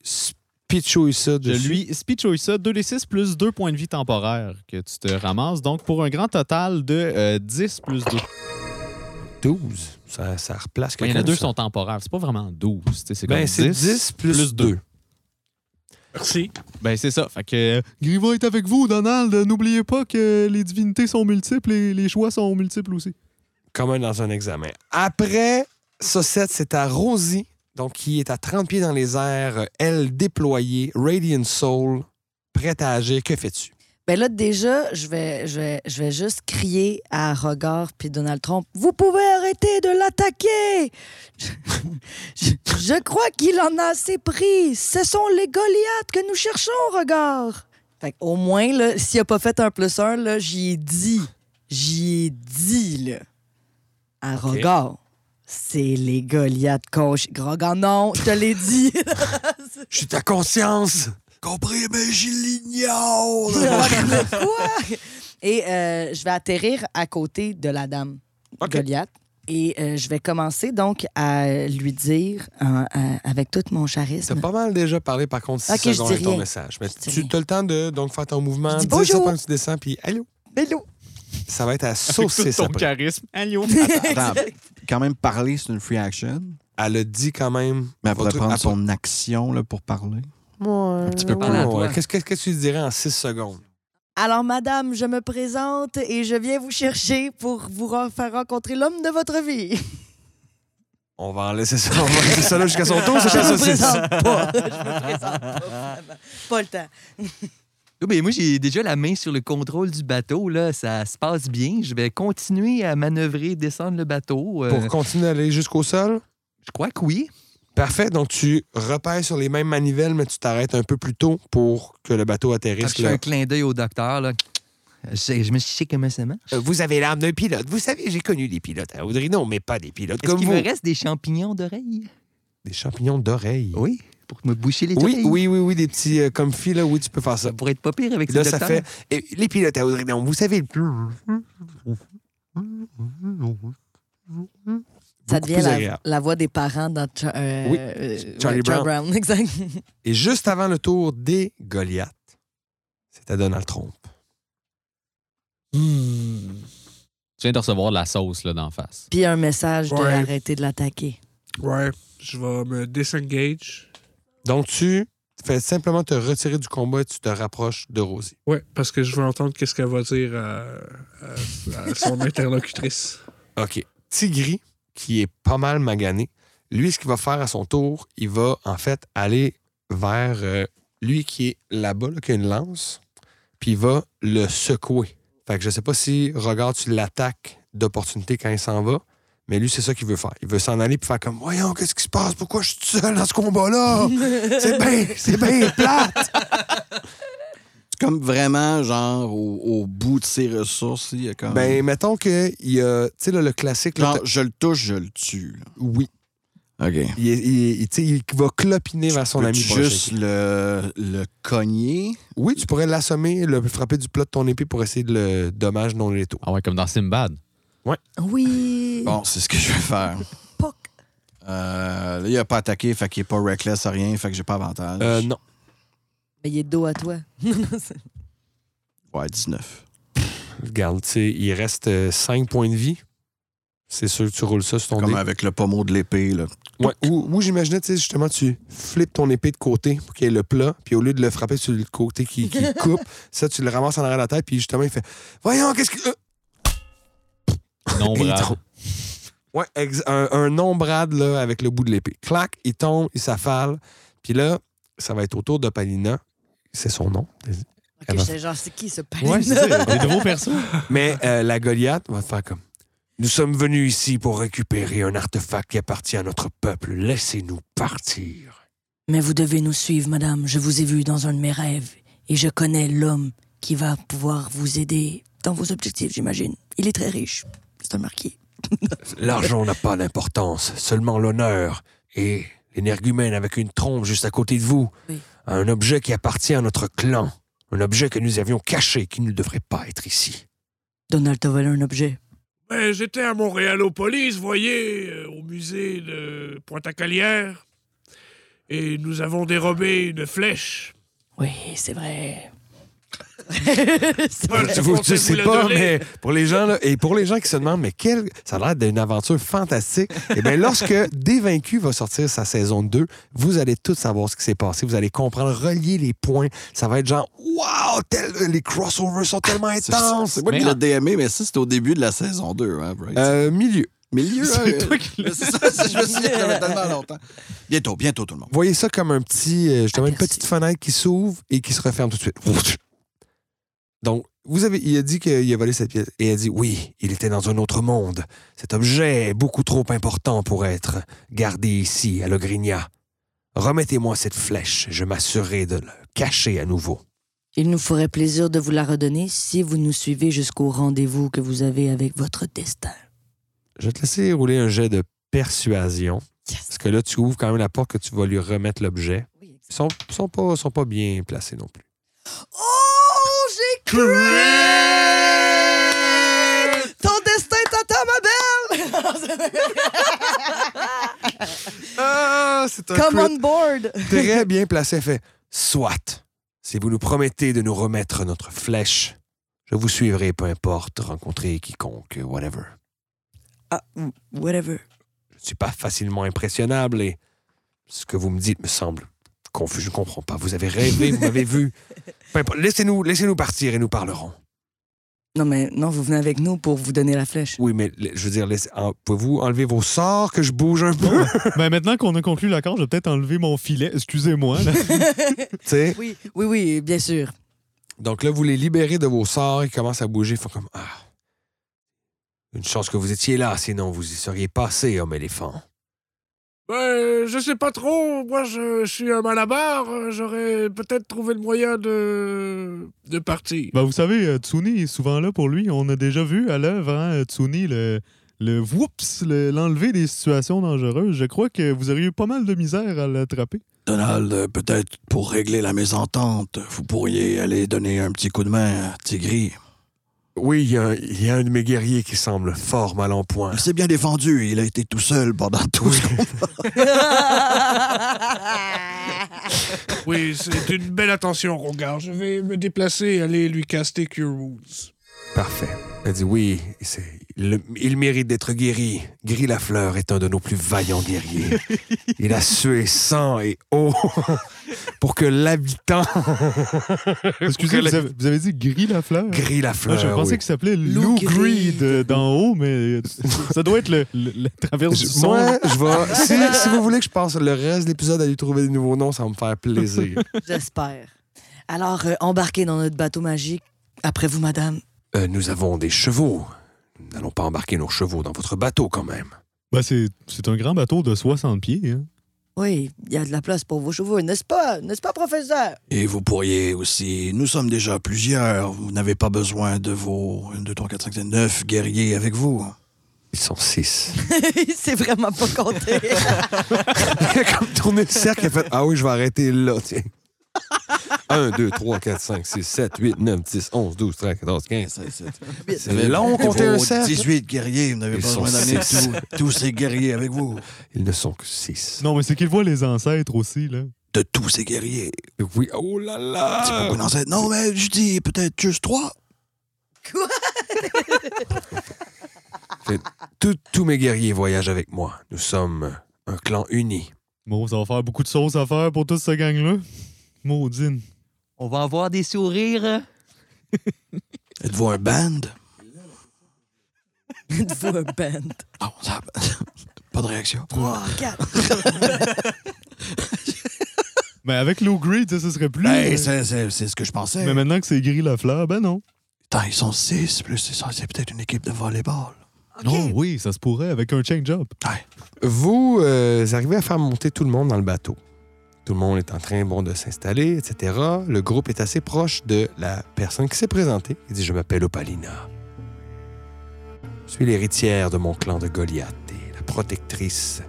S1: pitchouilles ça
S7: Je
S1: dessus.
S7: lui speechoy ça, 2d6 plus 2 points de vie temporaires que tu te ramasses. Donc, pour un grand total de euh, 10 plus 2.
S1: 12. Ça, ça replace
S7: Il y
S1: quelqu'un.
S7: en a deux
S1: ça.
S7: qui sont temporaires. C'est pas vraiment 12. tu sais, C'est comme
S1: Ben, c'est 10, plus,
S7: plus
S1: 2.
S7: deux.
S9: Merci.
S7: Ben, c'est ça. Fait que. Griva est avec vous, Donald. N'oubliez pas que les divinités sont multiples et les choix sont multiples aussi.
S1: Comme un dans un examen. Après, Saucette, c'est à Rosie, donc qui est à 30 pieds dans les airs, euh, elle déployée, Radiant Soul, prête à agir. Que fais-tu?
S6: Ben là, déjà, je vais, je vais, je vais juste crier à Regard puis Donald Trump Vous pouvez arrêter de l'attaquer je, je crois qu'il en a assez pris. Ce sont les Goliaths que nous cherchons, Regard. Fait au moins, là, s'il a pas fait un plus un, là, j'y ai dit. J'y ai dit, là. À regard. C'est les Goliaths coach. Grogan, non, je te l'ai dit.
S1: Je suis ta conscience. Compris, mais je l'ignore.
S6: Quoi? Et euh, je vais atterrir à côté de la dame Goliath. Et euh, je vais commencer donc à lui dire, hein, à- avec tout mon
S1: T'as
S6: charisme.
S1: pas mal déjà parlé, par contre, 6
S6: Ok, je
S1: secondes
S6: dis
S1: avec ton
S6: rien.
S1: message. Mais
S6: Je dis
S1: tu
S6: rien.
S1: as le temps de donc, faire ton mouvement,
S6: Je dis
S1: dire ça
S6: bonjour.
S1: pendant que tu descends, puis allô.
S6: Bello.
S1: Ça va être à
S7: Tout
S1: saucisse
S7: ton
S1: après.
S7: charisme. Allô.
S3: Attends, quand même, parler, c'est une free action.
S1: Elle a dit quand même.
S3: Mais elle pourrait
S1: votre-
S3: prendre
S1: après-
S3: son action là, pour parler.
S1: Un petit
S3: euh,
S1: peu plus.
S5: Parle à
S1: ouais.
S5: toi.
S1: Qu'est-ce qu'est-ce que tu dirais en 6 secondes?
S6: Alors, madame, je me présente et je viens vous chercher pour vous re- faire rencontrer l'homme de votre vie.
S1: On va en laisser ça, on va laisser ça là jusqu'à son tour, Ah, c'est
S6: Je
S1: ça,
S6: me
S1: saucisse.
S6: présente pas. Je me présente pas. vraiment. Pas le temps.
S5: Oui, ben, moi, j'ai déjà la main sur le contrôle du bateau. Là. Ça se passe bien. Je vais continuer à manœuvrer, descendre le bateau. Euh,
S1: Pour continuer à aller jusqu'au sol?
S5: Je crois que oui.
S1: Parfait. Donc, tu repères sur les mêmes manivelles, mais tu t'arrêtes un peu plus tôt pour que le bateau
S5: Fait que
S1: atterrisse
S5: Je fais
S1: là.
S5: un clin d'œil au docteur. Là. Je, sais- je me sais comment ça marche.
S1: Euh, Vous avez l'âme d'un pilote. Vous savez, j'ai connu des pilotes à Audrino, mais pas des pilotes
S5: Est-ce
S1: comme
S5: qu'il
S1: vous.
S5: me reste des champignons d'oreille?
S1: Des champignons d'oreille.
S5: Oui, pour me boucher les
S1: Oui,
S5: oreilles.
S1: oui, oui, oui, des petits euh, comme fils, là, oui, tu peux faire ça.
S5: Ça pourrait être pas pire avec
S1: Là,
S5: ce
S1: ça
S5: docteur.
S1: fait. Et les pilotes à Audrino, vous savez le plus.
S6: Ça
S1: Beaucoup
S6: devient
S1: plus
S6: la,
S1: agréable.
S6: la voix des parents dans Cha- euh,
S1: Oui,
S6: euh,
S1: Charlie
S6: ouais,
S1: Brown.
S6: exact.
S1: Et juste avant le tour des Goliaths, c'est à Donald Trump.
S9: Hmm.
S7: Tu viens de recevoir de la sauce là d'en face.
S6: Puis un message de
S9: Ouais.
S6: arrêter de l'attaquer.
S9: Ouais, je vais me disengage.
S1: Donc, tu fais simplement te retirer du combat et tu te rapproches de Rosie.
S9: Ouais, parce que je veux entendre qu'est-ce qu'elle va dire à, à- à son interlocutrice.
S1: OK. Tigri, qui est pas mal magané, lui, ce qu'il va faire à son tour, il va en fait aller vers euh, lui qui est là-bas, là, qui a une lance, puis il va le secouer. Fait que je sais pas si, regarde, tu l'attaques d'opportunité quand il s'en va, mais lui, c'est ça qu'il veut faire. Il veut s'en aller puis faire comme Voyons, qu'est-ce qui se passe? Pourquoi je suis tout seul dans ce combat-là? c'est bien, c'est bien plate!
S3: C'est comme vraiment, genre, au, au bout de ses ressources. Il y a comme...
S1: Ben, mettons que il y a, tu sais, là, le classique, là,
S3: genre, je le touche, je le tue.
S1: t'as- oui,
S3: là. OK.
S1: il, est- il est- il- tu sais, il va clopiner vers son
S3: Peux-tu
S1: ami. proche.
S3: juste le, le cogner.
S1: Oui, tu pourrais l'assommer, le frapper du plat de ton épée pour essayer de le dommage non létaux.
S7: Ah ouais, comme dans Simbad.
S6: Oui.
S3: Bon, c'est ce que je vais faire.
S6: Poc.
S3: Euh, là, il a pas attaqué, fait qu'il est pas reckless à rien, fait que j'ai pas avantage.
S1: Euh, non.
S6: Mais il est dos à toi.
S3: Ouais, 19.
S1: Regarde, tu sais, il reste 5 points de vie. C'est sûr que tu roules ça sur ton
S3: Comme
S1: dé.
S3: avec le pommeau de l'épée, là.
S1: Ouais, ou ou j'imaginais, tu sais, justement, tu flippes ton épée de côté pour qu'il y ait le plat, puis au lieu de le frapper sur le côté qui, qui coupe, ça, tu le ramasses en arrière de la tête, puis justement, il fait Voyons, qu'est-ce que. euh,
S7: Non,
S1: il
S7: bravo.
S1: tombe. Ouais, ex- un, un ombrade là, avec le bout de l'épée. Clac, il tombe, il s'affale. Puis là, ça va être au tour de Palina. C'est son nom.
S6: Ok,
S1: Elle va-
S6: j'étais genre, c'est qui ce palais?
S7: Eh ben, Ouais, c'est ça. Des nouveaux persos.
S1: Mais euh, la Goliath va faire comme Nous sommes venus ici pour récupérer un artefact qui appartient à notre peuple. Laissez-nous partir.
S4: Mais vous devez nous suivre, madame. Je vous ai vu dans un de mes rêves. Et je connais l'homme qui va pouvoir vous aider dans vos objectifs, j'imagine. Il est très riche. C'est un marquis.
S1: L'argent n'a pas d'importance, seulement l'honneur. Et l'énergumène avec une trompe juste à côté de vous
S4: Oui.
S1: a un objet qui appartient à notre clan. Un objet que nous avions caché qui ne devrait pas être ici.
S4: Donald t'a volé un objet.
S9: Ben, j'étais à Montréalopolis, voyez, euh, au musée de Pointe-à-Calière. Et nous avons dérobé une flèche.
S4: Oui, c'est vrai.
S1: Je vous, je sais pas, mais pour les gens là, et pour les gens qui se demandent mais quelle ça a l'air d'une aventure fantastique. Et bien lorsque Dévaincu va sortir sa saison 2, vous allez tous savoir ce qui s'est passé, vous allez comprendre, relier les points, ça va être genre waouh, tel- les crossovers sont tellement intenses.
S3: C'est moi qui
S7: Mais-
S3: l'ai DMé, mais ça, c'était au début de la saison 2, hein, Bryce?
S1: Euh, milieu.
S3: Milieu,
S7: c'est
S3: hein,
S7: toi qui l'as-
S3: mais c'est ça, c'est- je me souviens, ça fait tellement longtemps. Bientôt, bientôt, tout le monde.
S1: Voyez ça comme un petit euh, justement une
S4: Aperçu.
S1: petite fenêtre qui s'ouvre et qui se referme tout de suite. Donc vous avez, il a dit qu'il a volé cette pièce. Et il a dit, oui, il était dans un autre monde. Cet objet est beaucoup trop important pour être gardé ici, à Logrinia. Remettez-moi cette flèche, je m'assurerai de le cacher à nouveau.
S4: Il nous ferait plaisir de vous la redonner si vous nous suivez jusqu'au rendez-vous que vous avez avec votre destin.
S1: Je vais te laisser rouler un jet de persuasion.
S4: Yes.
S1: Parce que là, tu ouvres quand même la porte que tu vas lui remettre l'objet. Ils sont, sont, pas, sont pas bien placés non plus.
S4: Oh, j'ai cru! Ton destin t'attend, ma belle!
S1: Ah, c'est un
S6: Come on board!
S1: très bien placé fait. Soit, si vous nous promettez de nous remettre notre flèche, je vous suivrai, peu importe, rencontrer quiconque, whatever.
S4: Ah, whatever.
S1: Je ne suis pas facilement impressionnable et ce que vous me dites me semble confus. Je ne comprends pas. Vous avez rêvé, vous m'avez vu. Peu importe. Laissez-nous laissez-nous partir et nous parlerons.
S4: Non, mais non, vous venez avec nous pour vous donner la flèche.
S1: Oui, mais le- je veux dire, laissez- en- pouvez-vous enlever vos sorts que je bouge un peu?
S2: Ben, maintenant qu'on a conclu l'accord, je vais peut-être enlever mon filet. Excusez-moi. là.
S1: Tu sais?
S4: Oui, oui, oui, bien sûr.
S1: Donc là, vous les libérez de vos sorts, ils commencent à bouger, ils font comme Ah. Une chance que vous étiez là, sinon vous y seriez passé, homme éléphant.
S9: Ben, je sais pas trop. Moi, je suis un malabar. Euh, J'aurais peut-être trouvé le moyen de. de partir.
S2: Ben, vous savez, euh, Tsuni est souvent là pour lui. On a déjà vu à l'œuvre, hein, Tsuni, le, le whoops, le- l'enlever des situations dangereuses. Je crois que vous auriez eu pas mal de misère à l'attraper.
S3: Donald, euh, peut-être pour régler la mésentente, vous pourriez aller donner un petit coup de main à Tigri.
S1: Oui, il y, a un- il y a un de mes guerriers qui semble fort mal en point.
S3: Il s'est bien défendu, il a été tout seul pendant tout ce qu'on
S9: Oui, c'est une belle attention, Rogard. Je vais me déplacer et aller lui caster Cure Wounds.
S1: Parfait. Elle dit Oui, c'est- le- il mérite d'être guéri. Gris Lafleur est un de nos plus vaillants guerriers. il a sué sang et eau pour que l'habitant
S2: Excusez,
S1: que
S2: vous
S1: le-
S2: avez, vous avez dit gris la fleur?
S1: Gris
S2: Ah, je
S1: Lafleur.
S2: pensais
S1: oui.
S2: qu'il s'appelait
S4: Lou
S2: Lou
S4: Greed.
S2: Greed euh, d'en haut, mais ça doit être le, le- la traverse du
S1: Je-
S2: son.
S1: moi, je vais. Si, si vous voulez que je passe le reste de l'épisode à lui trouver des nouveaux noms, ça va me faire plaisir.
S4: J'espère. Alors, euh, embarquez dans notre bateau magique. Après vous, madame.
S1: Euh, nous avons des chevaux. Nous n'allons pas embarquer nos chevaux dans votre bateau quand même.
S2: Ben, c'est c'est un grand bateau de 60 pieds. hein.
S4: Oui, il y a de la place pour vos chevaux, n'est-ce pas? N'est-ce pas, professeur?
S3: Et vous pourriez aussi, nous sommes déjà plusieurs, vous n'avez pas besoin de vos 1, 2, 3, 4, 5, 9 guerriers avec vous.
S1: Ils sont six.
S4: il s'est vraiment pas compté.
S1: Il a comme tourné le cercle, il a fait Ah oui, je vais arrêter là, tiens. 1, 2, 3, 4, 5, 6, 7, 8, 9, 10, 11, 12, 13, 14, 15. C'est long compter un cercle.
S3: 18 guerriers, vous n'avez
S1: Ils
S3: pas
S1: sont
S3: besoin d'amener
S1: six.
S3: tous- tous ces guerriers avec vous.
S1: Ils ne sont que six.
S2: Non, mais c'est qu'il voit les ancêtres aussi. là.
S3: De tous ces guerriers.
S1: Oui, oh là
S3: C'est
S1: là!
S3: beaucoup d'ancêtres. Non, mais je dis peut-être juste trois.
S1: Tous- tous mes guerriers voyagent avec moi. Nous sommes un clan uni.
S2: Bon, ça va faire beaucoup de sauce à faire pour toute cette gang-là. Maudine.
S5: On va avoir des sourires.
S3: Êtes-vous un band?
S4: Une fois un band.
S3: Ah, on a- pas de réaction.
S4: Oh,
S2: Mais Ben, avec Lou Greed, ça, ce serait plus.
S3: Ben,
S2: euh,
S3: c'est c'est- c'est ce que je pensais.
S2: mais maintenant que c'est gris la fleur, ben non.
S3: Attends, ils sont six, plus c'est ça, c'est peut-être une équipe de volleyball.
S2: Non, oui, ça se pourrait avec un change-up.
S1: Vous euh, arrivez à faire monter tout le monde dans le bateau. Tout le monde est en train bon, de s'installer, etc. Le groupe est assez proche de la personne qui s'est présentée. Il dit Je m'appelle Opalina. Je suis l'héritière de mon clan de Goliath et la protectrice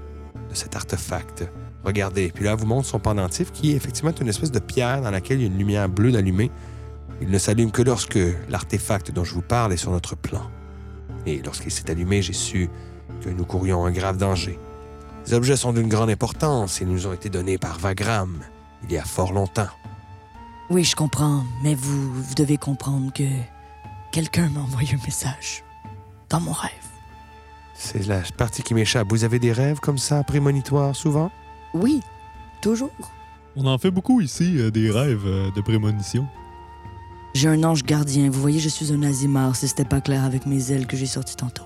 S1: de cet artefact. Regardez. Puis là, elle vous montre son pendentif qui est effectivement une espèce de pierre dans laquelle il y a une lumière bleue d'allumée. Il ne s'allume que lorsque l'artefact dont je vous parle est sur notre plan. Et lorsqu'il s'est allumé, j'ai su que nous courions un grave danger. Les objets sont d'une grande importance et nous ont été donnés par Vagram il y a fort longtemps.
S4: Oui, je comprends, mais vous, vous devez comprendre que quelqu'un m'a envoyé un message. Dans mon rêve.
S1: C'est la partie qui m'échappe. Vous avez des rêves comme ça, prémonitoires, souvent?
S4: Oui, toujours.
S2: On en fait beaucoup ici, euh, des rêves euh, de prémonition.
S4: J'ai un ange gardien. Vous voyez, je suis un azimar, si c'était pas clair avec mes ailes que j'ai sorties tantôt.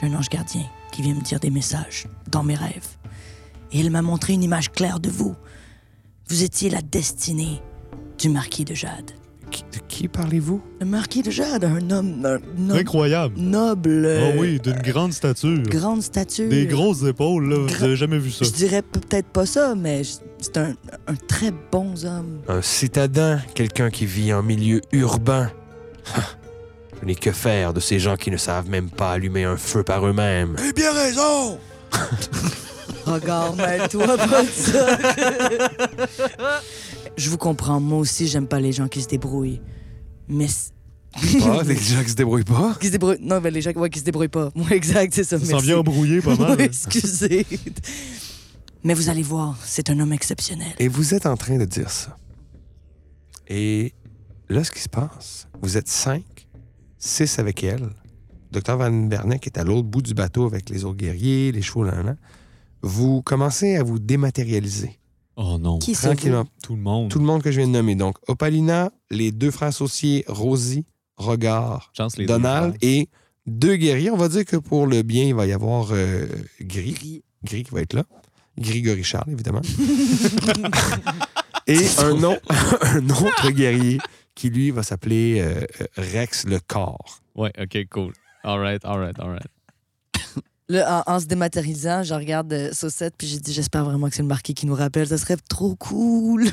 S4: J'ai un ange gardien qui vient me dire des messages dans mes rêves. Et il m'a montré une image claire de vous. Vous étiez la destinée du marquis de Jade.
S1: Qui, qui parlez-vous?
S6: Le marquis de Jade, un homme un homme
S2: Incroyable.
S6: noble,
S2: Ah
S6: euh,
S2: oui, d'une grande stature.
S6: grande stature.
S2: Des grosses épaules, là, vous
S6: Gra-
S2: avez jamais vu ça.
S6: Je dirais peut-être pas ça, mais je- c'est un, un très bon homme.
S1: Un citadin, quelqu'un qui vit en milieu urbain. Ah, Je n'ai que faire de ces gens qui ne savent même pas allumer un feu par eux-mêmes.
S4: Eh bien raison!
S6: Regarde, Ben, toi pas de ça. Je vous comprends, moi aussi, j'aime pas les gens qui se débrouillent. Mais. c-
S1: Ah, des gens qui se débrouillent pas.
S6: qui se débrouillent. Non, ben, les gens ouais, qui se débrouillent pas. Moi, exact, c'est ça.
S2: Ça s'en
S6: merci.
S2: vient embrouillé pas mal.
S6: Oui, excusez. Mais vous allez voir, c'est un homme exceptionnel.
S1: Et vous êtes en train de dire ça. Et là, ce qui se passe, vous êtes cinq, six avec elle. Docteur Van Berneck est à l'autre bout du bateau avec les autres guerriers, les chevaux, là, là. Vous commencez à vous dématérialiser.
S2: Oh non.
S6: Qui c'est vous?
S1: Tranquillement.
S2: Tout le monde.
S1: Tout le monde que je viens de nommer. Donc, Opalina, les deux frères associés, Rosie, Regard,
S7: Chance les deux
S1: Donald
S7: frères.
S1: et deux guerriers. On va dire que pour le bien, il va y avoir euh, Gris. Gris qui va être là. Grigory Charles, évidemment. et un, nom- un autre guerrier qui, lui, va s'appeler euh, euh, Rex le Corps.
S7: Ouais, ok, cool. All right, all right, all right.
S6: Là, en, en se dématérialisant, je regarde euh, Saucette, puis j'ai dit J'espère vraiment que c'est le marquis qui nous rappelle, ça serait trop cool.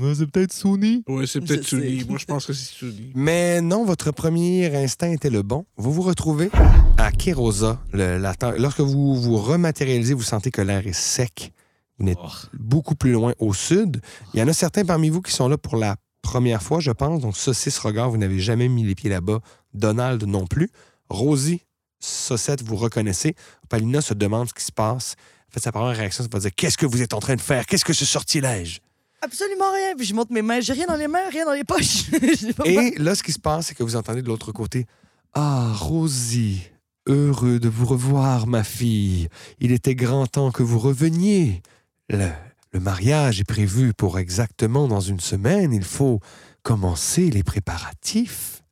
S2: Ouais, c'est peut-être Sony.
S9: Ouais, c'est peut-être
S6: Je sais.
S9: Sunny. Moi, je pense que c'est Sunny.
S1: Mais non, votre premier instinct était le bon. Vous vous retrouvez à Kerosa. le- la terre- Lorsque vous vous rematérialisez, vous sentez que l'air est sec. Vous n'êtes beaucoup plus loin au sud. Il y en a certains parmi vous qui sont là pour la première fois, je pense. Donc, Saucisse Regard, vous n'avez jamais mis les pieds là-bas. Donald non plus. Rosie, Saucette, vous reconnaissez. Palina se demande ce qui se passe. En fait, sa première réaction, c'est de dire Qu'est-ce que vous êtes en train de faire Qu'est-ce que ce sortilège
S6: Absolument rien. Puis je monte mes mains, j'ai rien dans les mains, rien dans les poches. J'ai pas-
S1: Et là, ce qui se passe, c'est que vous entendez de l'autre côté Ah, Rosie, heureux de vous revoir, ma fille. Il était grand temps que vous reveniez. Le, le mariage est prévu pour exactement dans une semaine. Il faut commencer les préparatifs.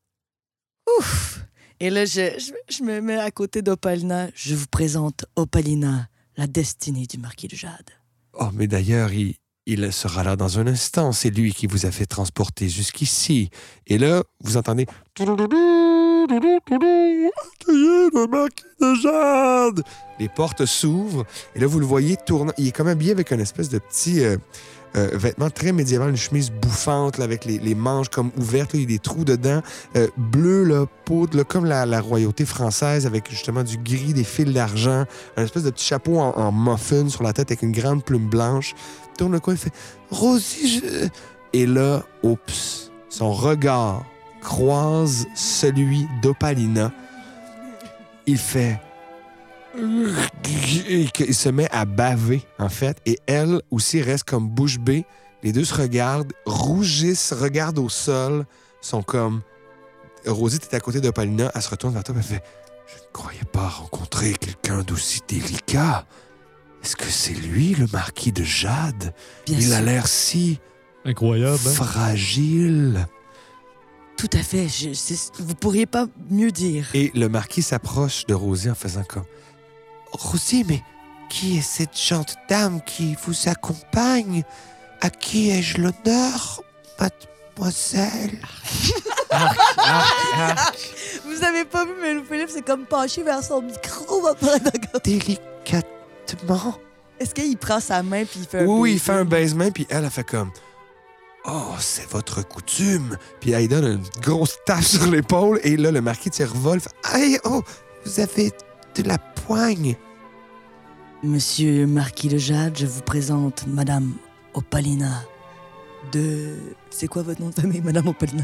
S6: Ouf. Et là, je, je- je me mets à côté d'Opalina. Je vous présente Opalina, la destinée du marquis de Jade.
S1: Oh, mais d'ailleurs, il, il sera là dans un instant. C'est lui qui vous a fait transporter jusqu'ici. Et là, vous entendez. Accueillez le marquis de Jade! Les portes s'ouvrent et là, vous le voyez tournant. Il est comme habillé avec une espèce de petit euh, euh, vêtement très médiéval, une chemise bouffante là, avec les, les manches comme ouvertes. là, il y a des trous dedans. euh, bleu, là, poudre, là, comme la, la royauté française avec justement du gris, des fils d'argent un espèce de petit chapeau en, en muffin sur la tête avec une grande plume blanche. Il tourne le coin et fait Rosie, je. Et là, oups, son regard croise celui d'Opalina. Il fait. et que- Il se met à baver, en fait, et elle aussi reste comme bouche bée. Les deux se regardent, rougissent, regardent au sol, sont comme. Rosie, t'es à côté d'Opalina, elle se retourne vers toi, elle fait je ne croyais pas rencontrer quelqu'un d'aussi délicat. Est-ce que c'est lui, le marquis de Jade
S6: Bien
S1: Il a
S6: sûr.
S1: l'air si
S7: ben.
S2: Incroyable. hein?
S1: fragile.
S6: Tout à fait. Je, c'est- vous pourriez pas mieux dire.
S1: Et le marquis s'approche de Rosie en faisant comme Rosie, mais qui est cette chante dame qui vous accompagne À qui ai-je l'honneur, mademoiselle
S6: Vous avez pas vu, mais le Philippe s'est comme penché vers son micro. va pas d'accord.
S1: Délicatement
S6: Est-ce qu'il prend sa main puis il fait un
S1: Oui, il
S6: baiser?
S1: fait un baisement, puis elle, a fait comme Oh, c'est votre coutume. Puis elle lui donne une grosse tape sur l'épaule, et là, le marquis tire revole. fait, Aïe, oh, vous avez de la poigne.
S6: Monsieur Marquis de Jade, je vous présente Madame Opalina de... C'est quoi votre nom de famille, Madame Opalina?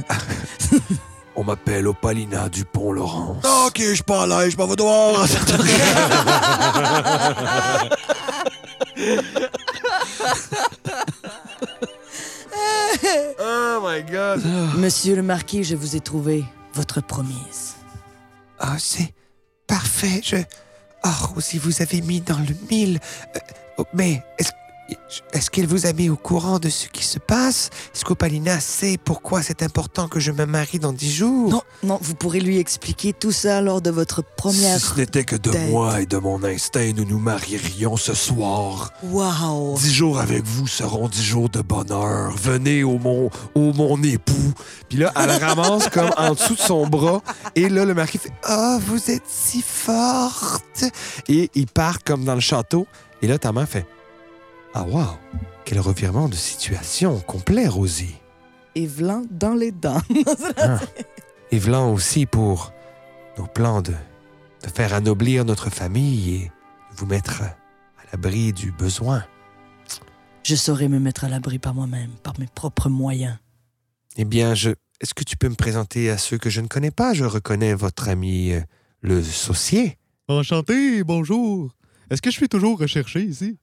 S1: On m'appelle Opalina Dupont-Laurent.
S4: Ok, je suis pas là, je m'en vais dehors.
S1: Oh my god.
S6: Monsieur le Marquis, je vous ai trouvé votre promise.
S1: Ah, c'est parfait. Je. Oh, si vous avez mis dans le mille. Euh, oh, mais est-ce Est-ce qu'il vous a mis au courant de ce qui se passe? Est-ce qu'Opalina sait pourquoi c'est important que je me marie dans dix jours?
S4: Non, non, vous pourrez lui expliquer tout ça lors de votre première.
S1: Si ce n'était que de
S4: tête.
S1: moi et de mon instinct, nous nous marierions ce soir.
S4: Wow!
S1: Dix jours avec vous seront dix jours de bonheur. Venez au mon, au mon époux. Puis là, elle ramasse comme en dessous de son bras. Et là, le marquis fait Ah, vous êtes si forte. Et il part comme dans le château. Et là, ta mère fait Ah, wow, quel revirement de situation complet, Rosie.
S6: Et vlan dans les dents.
S1: et voulant aussi pour nos plans de, de faire anoblir notre famille et de vous mettre à, à l'abri du besoin.
S4: Je saurais me mettre à l'abri par moi-même, par mes propres moyens.
S1: Eh bien, je, est-ce que tu peux me présenter à ceux que je ne connais pas Je reconnais votre ami euh, le saucier.
S2: Enchanté, bonjour. Est-ce que je suis toujours recherché ici?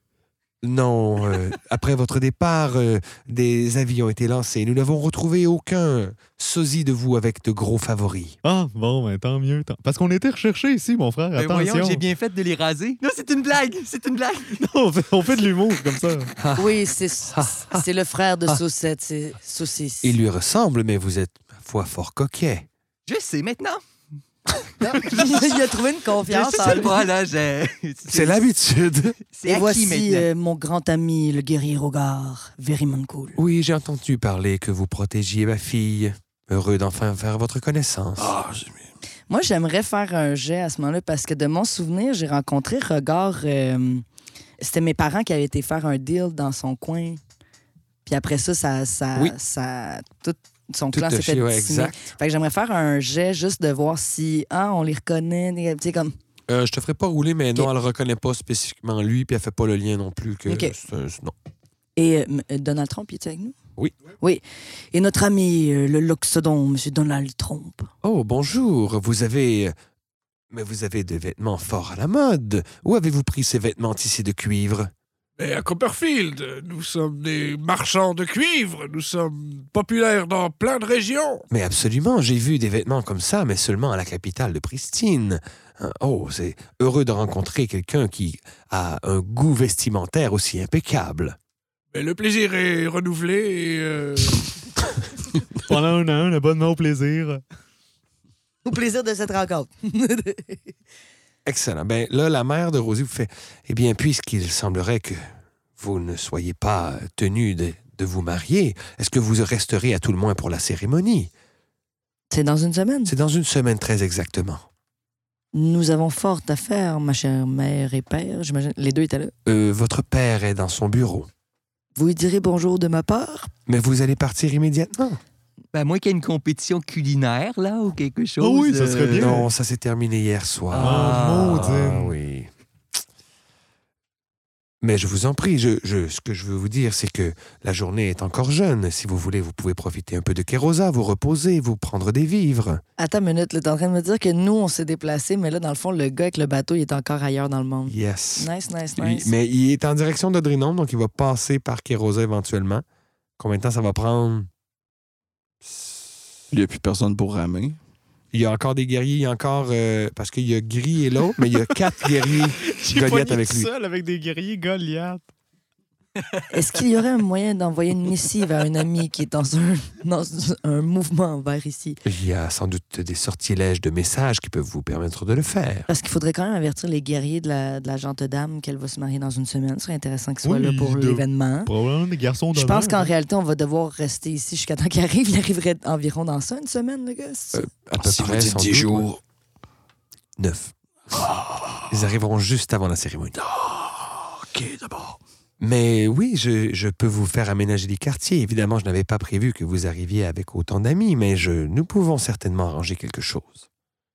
S1: Non, euh, après votre départ, euh, des avis ont été lancés. Nous n'avons retrouvé aucun sosie de vous avec de gros favoris.
S2: Ah, bon, ben, tant mieux. tant- Parce qu'on était recherché ici, mon frère.
S5: Ben
S2: Attention.
S5: voyons, j'ai bien fait de les raser. Non, c'est une blague, c'est une blague.
S2: on, fait, on fait de l'humour comme ça.
S6: Oui, c'est c'est le frère de Saucette, c'est Saucisse.
S1: Il lui ressemble, mais vous êtes, ma foi, fort coquet.
S5: Je sais maintenant.
S6: Il a trouvé une confiance en lui.
S5: Voilà, j'ai.
S1: C'est l'habitude.
S5: C'est
S4: Et
S5: acquis
S4: voici
S5: maintenant.
S4: euh, mon grand ami, le guerrier Rogar, Verimancool.
S1: Oui, j'ai entendu parler que vous protégiez ma fille. Heureux d'enfin faire votre connaissance.
S3: Ah, j'ai mis-
S6: Moi, j'aimerais faire un jet à ce moment-là parce que de mon souvenir, j'ai rencontré Regard. euh, C'était mes parents qui avaient été faire un deal dans son coin. Puis après ça, ça, ça,
S1: Oui.
S6: ça- tout son
S1: Tout
S6: clan
S1: à
S6: s'est fait
S1: fait, ouais,
S6: dissiner.
S1: exact.
S6: Fait que j'aimerais faire un jet juste de voir si ah, on les reconnaît. des- Tu sais, comme
S1: Euh, je te ferai pas rouler, mais non,
S6: Ok.
S1: elle reconnaît pas spécifiquement lui, puis elle fait pas le lien non plus. Que
S6: Ok.
S1: c'est un- c'est- non.
S4: Et euh, m- euh, Donald Trump, il était avec nous?
S1: Oui.
S4: Oui. Et notre ami, euh, le loxodon, M. Donald Trump.
S1: Oh, bonjour, vous avez... Mais vous avez des vêtements fort à la mode. Où avez-vous pris ces vêtements tissés de cuivre
S9: Mais à Copperfield, nous sommes des marchands de cuivre, nous sommes populaires dans plein de régions.
S1: Mais absolument, j'ai vu des vêtements comme ça, mais seulement à la capitale de Pristine. Hein, Oh, c'est heureux de rencontrer quelqu'un qui a un goût vestimentaire aussi impeccable.
S9: Mais le plaisir est renouvelé et... euh,
S2: Pendant un an, un abonnement au plaisir.
S6: au plaisir de cette rencontre.
S1: Excellent. Ben là, la mère de Rosie vous fait Eh bien, puisqu'il semblerait que vous ne soyez pas tenu de, de vous marier, est-ce que vous resterez à tout le moins pour la cérémonie
S6: C'est dans une semaine.
S1: C'est dans une semaine très exactement.
S6: Nous avons fort à faire, ma chère mère et père. J'imagine les deux étaient là.
S1: Euh, votre père est dans son bureau.
S6: Vous lui direz bonjour de ma part.
S1: Mais vous allez partir immédiatement
S5: Ben, moi, qu'il y a une compétition culinaire, là, ou quelque chose. euh,
S2: Ah oui, ça serait bien.
S1: Non, ça s'est terminé hier soir.
S2: Ah, maudine.
S1: oui. Mais je vous en prie, je, je- ce que je veux vous dire, c'est que la journée est encore jeune. Si vous voulez, vous pouvez profiter un peu de Kérosa, vous reposer, vous prendre des vivres.
S6: Attends une minute, là, t'es en train de me dire que nous, on s'est déplacés, mais là, dans le fond, le gars avec le bateau, il est encore ailleurs dans le monde.
S1: Yes.
S6: Nice, nice,
S1: Lui-
S6: nice.
S1: mais il est en direction de Drinom, donc il va passer par Kérosa éventuellement. Combien de temps ça va prendre?
S3: Il n'y a plus personne pour ramer.
S1: Il y a encore des guerriers, il y a encore. euh, parce qu'il y a Gris et l'autre, mais il y a quatre guerriers.
S2: J'ai
S1: Goliath
S2: pogné
S1: avec
S2: tout
S1: lui.
S2: seul avec des guerriers Goliath.
S6: Est-ce qu'il y aurait un moyen d'envoyer une missive à un ami qui est dans un, dans un mouvement vers ici?
S1: Il y a sans doute des sortilèges de messages qui peuvent vous permettre de le faire.
S6: Parce qu'il faudrait quand même avertir les guerriers de la, de la gente dame qu'elle va se marier dans une semaine. Ce serait intéressant qu'ils soient
S2: Oui,
S6: là pour
S2: de-
S6: l'événement.
S2: Probablement des garçons
S6: Je
S2: d'honneur.
S6: pense
S7: hein.
S6: qu'en réalité, on va devoir rester ici jusqu'à temps qu'il arrive. Il arriverait environ dans ça, une semaine, le gars. c'est-
S1: Euh, À peu
S3: Si vous
S1: près,
S3: dites
S1: sans
S3: 10
S1: doute, ouais.
S3: jours,
S1: Neuf. Ils arriveront juste avant la cérémonie.
S3: ok, d'abord.
S1: Mais oui, je, je peux vous faire aménager les quartiers. Évidemment, je n'avais pas prévu que vous arriviez avec autant d'amis, mais je, nous pouvons certainement arranger quelque chose.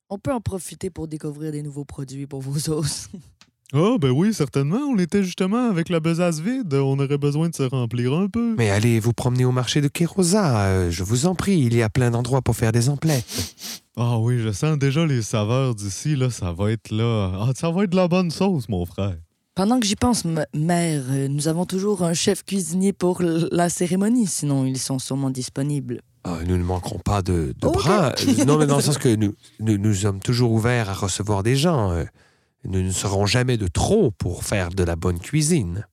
S6: On peut en profiter pour découvrir des nouveaux produits pour vos os.
S2: Ah, ben oui, certainement. On était justement avec la besace vide. On aurait besoin de se remplir un peu.
S1: Mais allez vous promener au marché de Kérosa, euh, je vous en prie, il y a plein d'endroits pour faire des emplettes.
S2: Ah oui, je sens déjà les saveurs d'ici. Là, ça va être là. Ah, ça va être de la bonne sauce, mon frère.
S6: Pendant que j'y pense, m- mère, euh, nous avons toujours un chef cuisinier pour l- la cérémonie, sinon ils sont sûrement disponibles.
S1: Ah, nous ne manquerons pas de, de
S6: Ok.
S1: bras. Euh, Non, mais dans le sens que nous, nous, nous sommes toujours ouverts à recevoir des gens. euh, Nous ne serons jamais de trop pour faire de la bonne cuisine.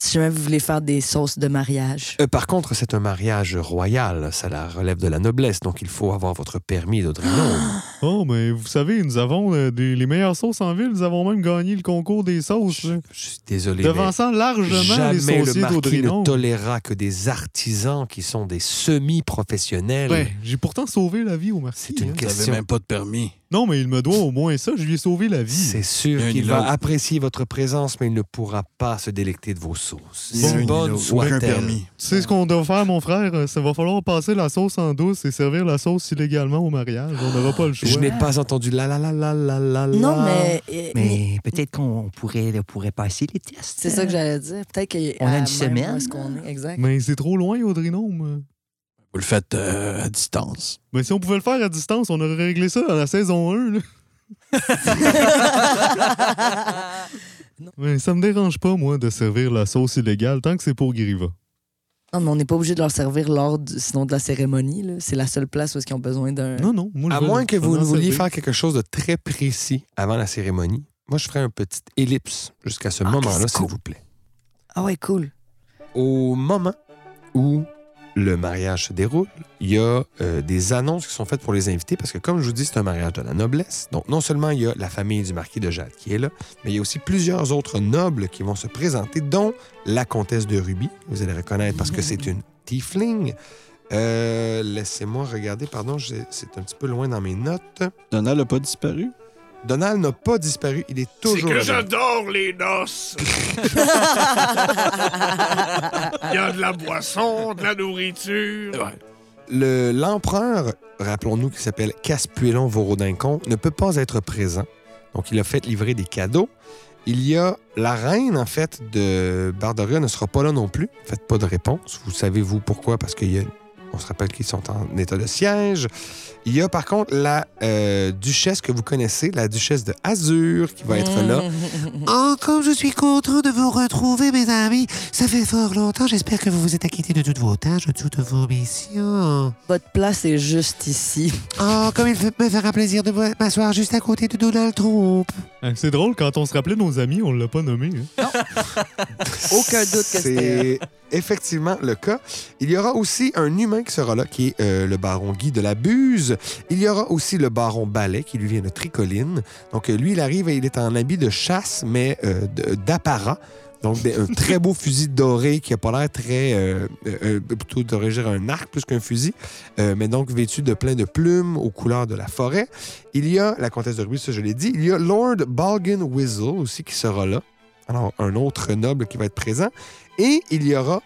S6: Si jamais vous voulez faire des sauces de mariage.
S1: Euh, par contre, c'est un mariage royal. Ça la relève de la noblesse, donc il faut avoir votre permis de dragon.
S2: Oh, mais vous savez, nous avons euh, des- les meilleures sauces en ville. Nous avons même gagné le concours des sauces. là.
S1: Je suis désolé. mais-
S2: Devançant largement les
S1: Eh ben, Jamais le
S2: sauciers
S1: marquis
S2: d'Audrinon.
S1: ne tolérera que des artisans qui sont des semi-professionnels.
S2: Ben, j'ai pourtant sauvé la vie au marquis.
S1: C'est une
S2: hein.
S1: question.
S3: Vous n'avez même pas de permis.
S2: Non, mais il me doit au moins ça. Je lui ai sauvé la vie.
S3: Hmm.
S1: C'est
S3: Il y
S1: sûr
S3: a
S1: qu'il
S3: une
S1: va
S3: autre.
S1: apprécier votre présence, mais il ne pourra pas se délecter de vos sauces.
S3: Il y a
S1: Si
S3: un-
S1: bonne
S3: Aucun
S1: soit-elle.
S3: permis.
S2: Tu sais ce qu'on doit faire, mon frère? Euh, Ça va falloir passer la sauce en douce et servir la sauce illégalement au mariage. On n'aura pas le choix.
S1: Ah, Je n'ai pas entendu la la la la la la la.
S6: Non, mais. euh,
S5: Mais
S6: mais
S5: peut-être qu'on pourrait, on pourrait passer les tests.
S6: C'est ça que j'allais dire. Peut-être qu'il
S5: On a une
S6: à même
S5: semaine.
S6: où est-ce qu'on est, exact.
S2: Mais c'est trop loin, Audrinome.
S3: Vous le faites euh, à distance.
S2: Mais si on pouvait le faire à distance, on aurait réglé ça dans la saison 1. Là. Mais ça me dérange pas, moi, de servir la sauce illégale tant que c'est pour Griva.
S1: Hein?
S6: Non, mais on n'est pas obligé de leur servir lors, du- sinon de la cérémonie. là. C'est la seule place où est-ce qu'ils ont besoin d'un.
S2: Non, non. Moi, je
S1: À
S2: vais
S1: moins que vous
S2: en
S1: ne vouliez
S2: servir.
S1: faire quelque chose de très précis avant la cérémonie, moi je ferai une petite ellipse jusqu'à ce moment-là,
S6: c'est
S1: s'il
S6: cool.
S1: vous plaît.
S6: Ah ouais, cool.
S1: Au moment où le mariage se déroule, il y a euh, des annonces qui sont faites pour les invités parce que, comme je vous dis, c'est un mariage de la noblesse. Donc, non seulement il y a la famille du marquis de Jade qui est là, mais il y a aussi plusieurs autres nobles qui vont se présenter, dont la comtesse de Ruby, que vous allez reconnaître parce que c'est une tiefling. Euh, Laissez-moi regarder, pardon, j'ai- c'est un petit peu loin dans mes notes.
S3: Donald n'a pas disparu.
S1: Donald n'a pas disparu, il est
S9: C'est
S1: toujours
S9: que
S1: là.
S9: j'adore les noces. Il y a de la boisson, de la nourriture.
S1: Le- L'empereur, rappelons-nous qu'il s'appelle Caspuélon Vorodincon, ne peut pas être présent. Donc, il a fait livrer des cadeaux. Il y a la reine, en fait, de Bardoria ne sera pas là non plus. Faites pas de réponse. Vous savez, vous, pourquoi? Parce qu'il y a- On se rappelle qu'ils sont en état de siège. Il y a par contre la euh, duchesse que vous connaissez, la duchesse de Azur, qui va
S6: Mmh.
S1: être là.
S10: Oh, comme je suis content de vous retrouver, mes amis. Ça fait fort longtemps. J'espère que vous vous êtes acquittés de toutes vos tâches, de toutes vos missions.
S6: Votre place est juste ici.
S10: Oh, comme il fait- me fera plaisir de vous- m'asseoir juste à côté de Donald Trump.
S2: Ah, C'est drôle, quand on se rappelait nos amis, on l'a pas nommé. hein.
S6: Aucun doute que c'était
S1: C'est effectivement le cas. Il y aura aussi un humain qui sera là, qui est euh, le baron Guy de la Buse. Il y aura aussi le baron Ballet, qui lui vient de Tricoline. Donc, euh, lui, il arrive et il est en habit de chasse, mais euh, de- d'apparat. Donc, des- un très beau fusil doré qui a pas l'air très... euh, euh, euh, plutôt, d'origine un arc plus qu'un fusil, euh, mais donc vêtu de plein de plumes aux couleurs de la forêt. Il y a la comtesse de Ruby, ça je l'ai dit. Il y a Lord Balgan Whistle aussi qui sera là. Alors, un autre noble qui va être présent. Et il y aura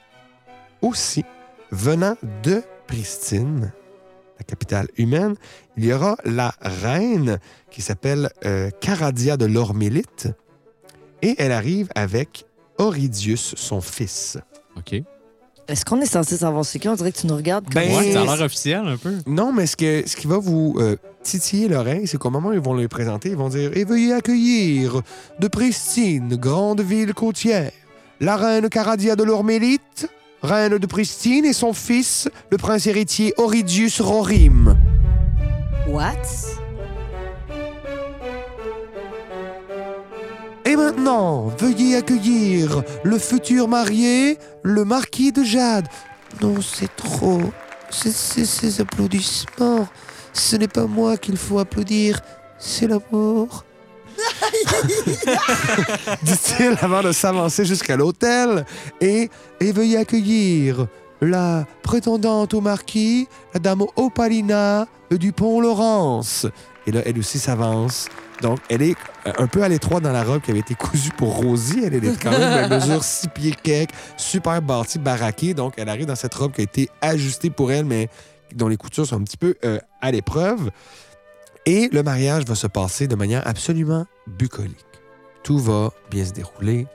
S1: aussi, venant de Pristine, la capitale humaine, il y aura la reine qui s'appelle euh, Caradia de l'Ormélite. Et elle arrive avec Oridius, son fils.
S7: OK.
S6: Est-ce qu'on est censé savoir ce qui On dirait que tu nous regardes comme
S1: Ben,
S7: Ouais,
S6: si-
S7: ça a l'air officiel un peu.
S1: Non, mais ce, que- ce qui va vous euh, titiller l'oreille, c'est qu'au moment où ils vont les présenter, ils vont dire Et veuillez accueillir de Pristine, grande ville côtière, la reine Caradia de l'Ormélite, reine de Pristine, et son fils, le prince héritier Oridius Rorim.
S6: What?
S1: Et maintenant, veuillez accueillir le futur marié, le marquis de Jade.
S10: Non, c'est trop. C'est c'est- ces applaudissements. Ce n'est pas moi qu'il faut applaudir, c'est l'amour.
S1: dit-il avant de s'avancer jusqu'à l'hôtel, et, et veuillez accueillir la prétendante au marquis, la dame Opalina du pont Laurence. Et là, elle aussi s'avance. Donc, elle est euh, un peu à l'étroit dans la robe qui avait été cousue pour Rosie. Elle est quand même à mesure 6 pieds quelques, super bâtie, baraquée. Donc, elle arrive dans cette robe qui a été ajustée pour elle, mais dont les coutures sont un petit peu euh, à l'épreuve. Et le mariage va se passer de manière absolument bucolique tout va bien se dérouler.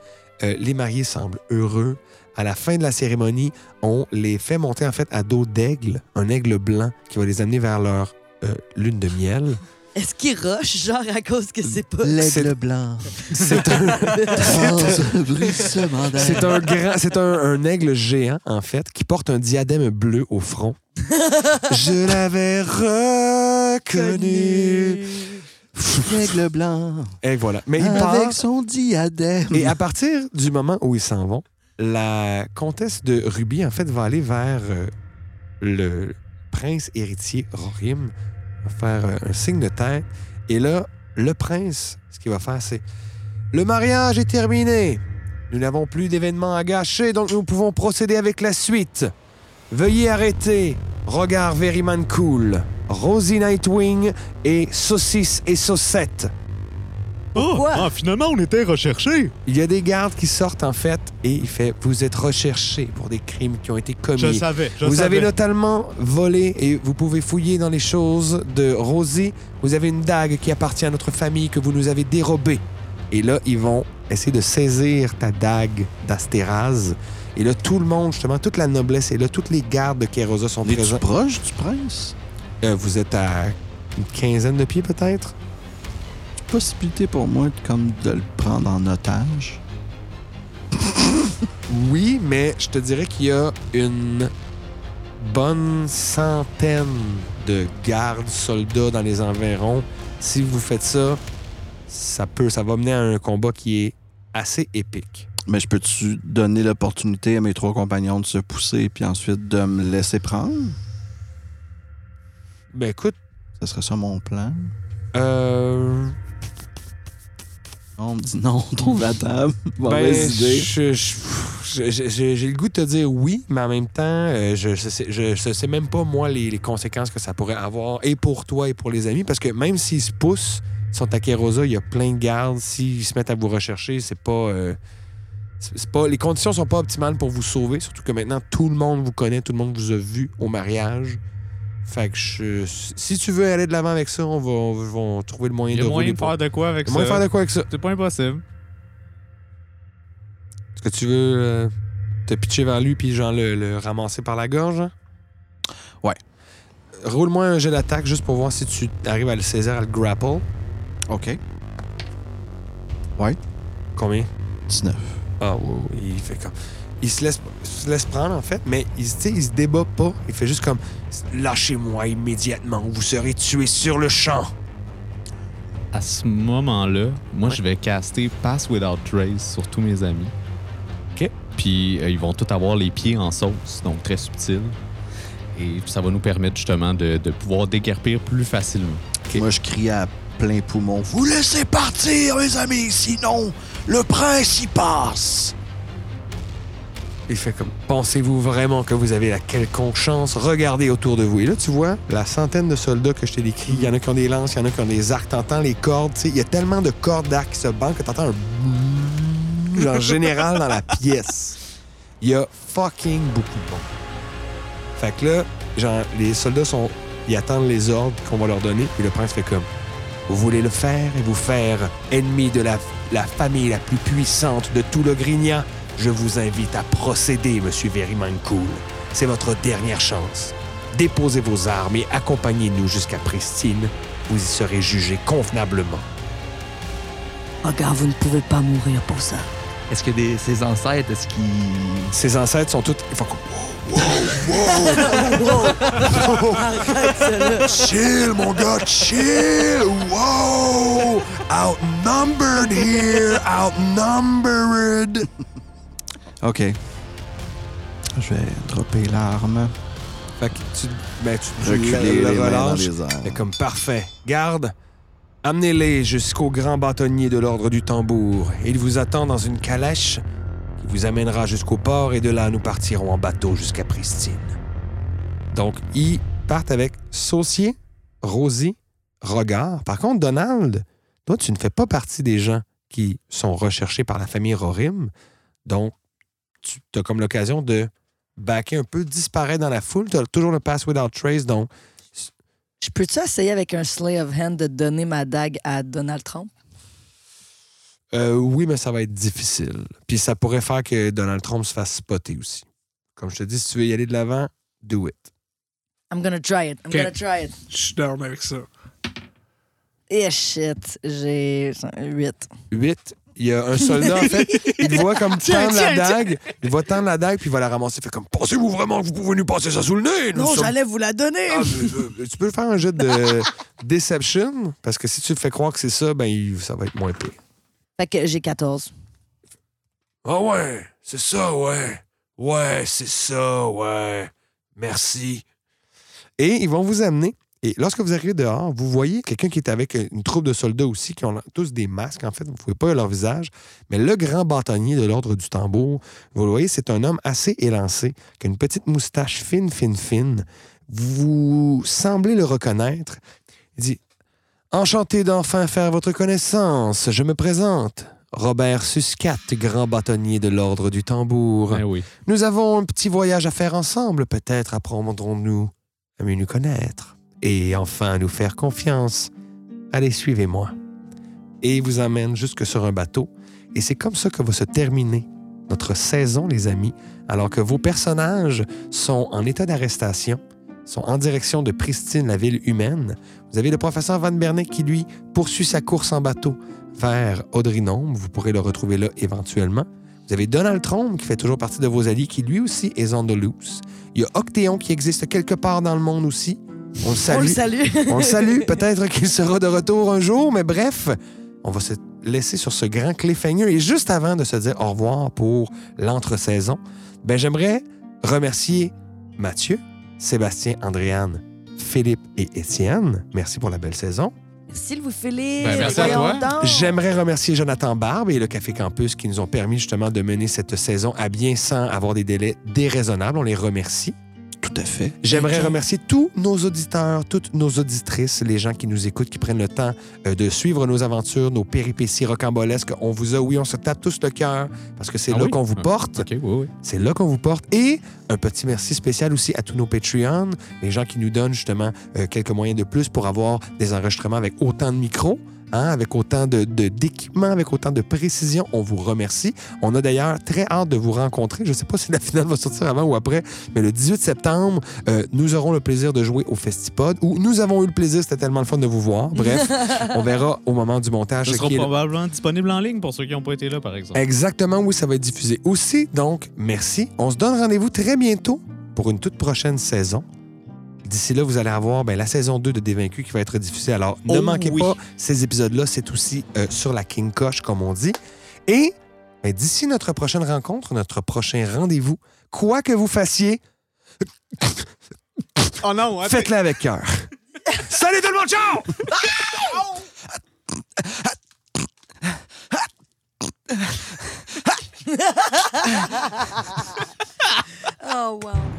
S1: Euh, les mariés semblent heureux. À la fin de la cérémonie, on les fait monter en fait à dos d'aigle, un aigle blanc qui va les amener vers leur euh, lune de miel.
S6: Est-ce qu'ils rush, genre à cause que c'est pas.
S1: C'est-
S10: L'aigle blanc.
S1: C'est un,
S10: Oh,
S1: c'est un grand, c'est un, un aigle géant en fait qui porte un diadème bleu au front. Je l'avais reconnu.
S10: L'aigle blanc.
S1: Et voilà. Mais il
S10: avec
S1: part.
S10: son diadème.
S1: Et à partir du moment où ils s'en vont, la comtesse de Ruby, en fait, va aller vers euh, le prince héritier Rorim, va faire euh, un signe de tête. Et là, le prince, ce qu'il va faire, c'est Le mariage est terminé. Nous n'avons plus d'événements à gâcher, donc nous pouvons procéder avec la suite. Veuillez arrêter. Regard Veriman Cool, Rosie Nightwing et Saucisse et Saucette.
S2: Oh,
S6: Pourquoi?
S2: ah, finalement, on était recherchés.
S1: Il y a des gardes qui sortent, en fait, et il fait Vous êtes recherchés pour des crimes qui ont été commis.
S2: Je savais. je
S1: vous avez
S2: savais.
S1: notamment volé et vous pouvez fouiller dans les choses de Rosie. Vous avez une dague qui appartient à notre famille que vous nous avez dérobée. Et là, ils vont essayer de saisir ta dague d'Astéraz. Et là, tout le monde, justement, toute la noblesse et là, toutes les gardes de Kérosa sont
S3: On est-tu
S1: présents.
S3: proche du prince?
S1: Euh, vous êtes à une quinzaine de pieds, peut-être?
S3: Possibilité pour moi de- comme de le prendre en otage.
S1: Oui, mais je te dirais qu'il y a une bonne centaine de gardes, soldats dans les environs. Si vous faites ça, ça peut, ça va mener à un combat qui est assez épique.
S3: Mais je peux-tu donner l'opportunité à mes trois compagnons de se pousser puis ensuite de me laisser prendre?
S1: Ben écoute,
S3: Ce serait ça mon plan.
S1: euh,
S3: On me dit non, trouve la table.
S1: ben,
S3: Mauvaise idée.
S1: je- je- je- je- j'ai j'ai le goût de te dire oui, mais en même temps, euh, je ne sais, je- je sais même pas, moi, les, les conséquences que ça pourrait avoir, et pour toi et pour les amis, parce que même s'ils se poussent, ils sont à Kérosa, il y a plein de gardes. S'ils se mettent à vous rechercher, c'est pas. euh, c'est c'est pas, les conditions sont pas optimales pour vous sauver, surtout que maintenant tout le monde vous connaît, tout le monde vous a vu au mariage. Fait que je- si tu veux aller de l'avant avec ça, on va, on va- on va trouver le moyen
S7: Il y a
S1: de
S7: moyen
S1: rouler
S7: de
S1: pour-
S7: faire de quoi avec
S1: Il y a moyen de faire
S7: ça?
S1: de quoi avec ça?
S7: C'est pas impossible.
S1: Est-ce que tu veux euh, te pitcher vers lui puis genre le, le ramasser par la gorge? hein?
S3: Ouais.
S1: Roule-moi un jet d'attaque juste pour voir si tu arrives à le saisir, à le grapple.
S3: OK.
S1: Combien?
S3: 19.
S1: Ah, ouais, ouais, il fait comme. Il se laisse, il se laisse prendre, en fait, mais il, se- tu sais, il se débat pas. Il fait juste comme Lâchez-moi immédiatement, ou vous serez tué sur le champ.
S7: À ce moment-là, moi, je vais caster Pass Without Trace sur tous mes amis.
S1: OK.
S7: Puis euh, ils vont tous avoir les pieds en sauce, donc très subtil. Et ça va nous permettre justement de, de pouvoir déguerpir plus facilement.
S3: Moi, je crie à plein poumon. Vous laissez partir, mes amis, sinon le prince y passe.
S1: Il fait comme Pensez-vous vraiment que vous avez la quelconque chance Regardez autour de vous. Et là, tu vois, la centaine de soldats que je t'ai décrits, il y en a qui ont des lances, il y en a qui ont des arcs, t'entends les cordes, tu sais, il y a tellement de cordes d'arcs qui se bandent que t'entends un. genre général dans la pièce. Il y a fucking beaucoup de monde. Fait que là, genre, les soldats sont. Ils attendent les ordres qu'on va leur donner, et le prince fait comme. Vous voulez le faire et vous faire ennemi de la, la famille la plus puissante de tout le Grignan je vous invite à procéder, Monsieur Verimancool. C'est votre dernière chance. Déposez vos armes et accompagnez-nous jusqu'à Pristine. Vous y serez jugé convenablement.
S4: Regarde, Ah, vous ne pouvez pas mourir pour ça.
S5: Est-ce que des, ses ancêtres, est-ce qu'ils.
S1: Ses ancêtres sont tous. Ils font comme,
S3: Chill, mon gars, chill. Wow. Outnumbered here, outnumbered. OK. Je vais dropper l'arme.
S1: Fait que tu. Ben, tu
S3: Reculer
S1: le- le
S3: les mains dans
S1: relâches.
S3: les airs.
S1: Fait comme parfait. Garde, amenez-les jusqu'au grand bâtonnier de l'ordre du tambour. Il vous attend dans une calèche qui vous amènera jusqu'au port et de là nous partirons en bateau jusqu'à Pristine. Donc, ils partent avec Saucier, Rosie, Regard. Par contre, Donald, toi, tu ne fais pas partie des gens qui sont recherchés par la famille Rorim. Donc, tu as comme l'occasion de backer un peu, disparaître dans la foule. Tu as toujours le Pass Without Trace, donc
S6: Je peux-tu essayer avec un Slay of Hand de donner ma dague à Donald Trump?
S1: Euh, oui, mais ça va être difficile. Puis ça pourrait faire que Donald Trump se fasse spotter aussi. Comme je te dis, si tu veux y aller de l'avant, do it.
S6: I'm gonna try it. I'm
S9: Ok.
S6: gonna try it.
S9: Je suis down avec ça.
S6: Eh shit, j'ai 8.
S1: 8. Il y a un soldat, en fait, il te voit comme
S6: Tiens,
S1: tendre la
S6: tiens,
S1: dague. Il va tendre la dague, puis il va la ramasser. Il fait comme Pensez-vous vraiment que vous pouvez nous passer ça sous le nez Nous sommes-
S6: vous la donner.
S1: Ah, euh, euh, Tu peux faire un jet de deception, parce que si tu le fais croire que c'est ça, ben il- ça va être moins pire.
S6: Fait que j'ai 14.
S9: Ah ouais, c'est ça, ouais. Ouais, c'est ça, ouais. Merci.
S1: et ils vont vous amener. Et lorsque vous arrivez dehors, vous voyez quelqu'un qui est avec une troupe de soldats aussi, qui ont tous des masques, en fait, vous ne pouvez pas voir leur visage. Mais le grand bâtonnier de l'ordre du tambour, vous le voyez, c'est un homme assez élancé, qui a une petite moustache fine, fine, fine. Vous semblez le reconnaître. Il dit Enchanté d'enfin faire votre connaissance, je me présente. Robert Suscat, grand bâtonnier de l'ordre du tambour.
S7: Ben oui.
S1: Nous avons un petit voyage à faire ensemble. Peut-être apprendrons-nous à mieux nous connaître et enfin à nous faire confiance. Allez, suivez-moi. Et il vous emmène jusque sur un bateau. Et c'est comme ça que va se terminer notre saison, les amis, alors que vos personnages sont en état d'arrestation, sont en direction de Pristine, la ville humaine. Vous avez le professeur Van Bernet qui, lui, poursuit sa course en bateau vers Audrinombe. Vous pourrez le retrouver là éventuellement. Vous avez Donald Trump qui fait toujours partie de vos alliés, qui lui aussi est on the loose. Il y a Octéon qui existe quelque part dans le monde aussi. On le salue.
S6: On le salue.
S1: On le salue. Peut-être qu'il sera de retour un jour, mais bref, on va se laisser sur ce grand cliffhanger. Et juste avant de se dire au revoir pour l'entre-saison, ben, j'aimerais remercier Mathieu, Sébastien, Andréane, Philippe et Étienne. Merci pour la belle saison.
S6: S'il vous Philippe.
S7: Ben, merci à
S6: voyons
S7: toi.
S6: donc.
S1: J'aimerais remercier Jonathan Barbe et le Café Campus qui nous ont permis justement de mener cette saison à bien sans avoir des délais déraisonnables. On les remercie.
S3: Tout à fait.
S1: J'aimerais
S6: Ok.
S1: remercier tous nos auditeurs, toutes nos auditrices, les gens qui nous écoutent, qui prennent le temps euh, de suivre nos aventures, nos péripéties rocambolesques. On vous a, oui, on se tape tous le cœur parce que c'est
S7: Ah
S1: là
S7: oui?
S1: qu'on vous
S7: Ah,
S1: porte.
S7: OK, oui, oui.
S1: C'est là qu'on vous porte. Et un petit merci spécial aussi à tous nos Patreons, les gens qui nous donnent justement euh, quelques moyens de plus pour avoir des enregistrements avec autant de micros. hein, avec autant de- de- d'équipements, avec autant de précision, on vous remercie. On a d'ailleurs très hâte de vous rencontrer. Je ne sais pas si la finale va sortir avant ou après, mais le 18 septembre, euh, nous aurons le plaisir de jouer au Festipod, où nous avons eu le plaisir, c'était tellement le fun de vous voir. Bref, on verra au moment du montage.
S7: Ce
S1: ce
S7: sera
S1: qui est-
S7: probablement disponible en ligne pour ceux qui n'ont pas été là, par exemple.
S1: Exactement où ça va être diffusé aussi. Donc, merci. On se donne rendez-vous très bientôt pour une toute prochaine saison. D'ici là, vous allez avoir ben, la saison 2 de Dévaincu qui va être diffusée. Alors, ne
S7: Oh
S1: manquez
S7: oui.
S1: pas ces épisodes-là. C'est aussi euh, sur la King Coche, comme on dit. Et ben, d'ici notre prochaine rencontre, notre prochain rendez-vous, quoi que vous fassiez,
S7: Oh non,
S1: faites-le avec cœur.
S9: Salut tout le monde, ciao!
S6: Oh, wow.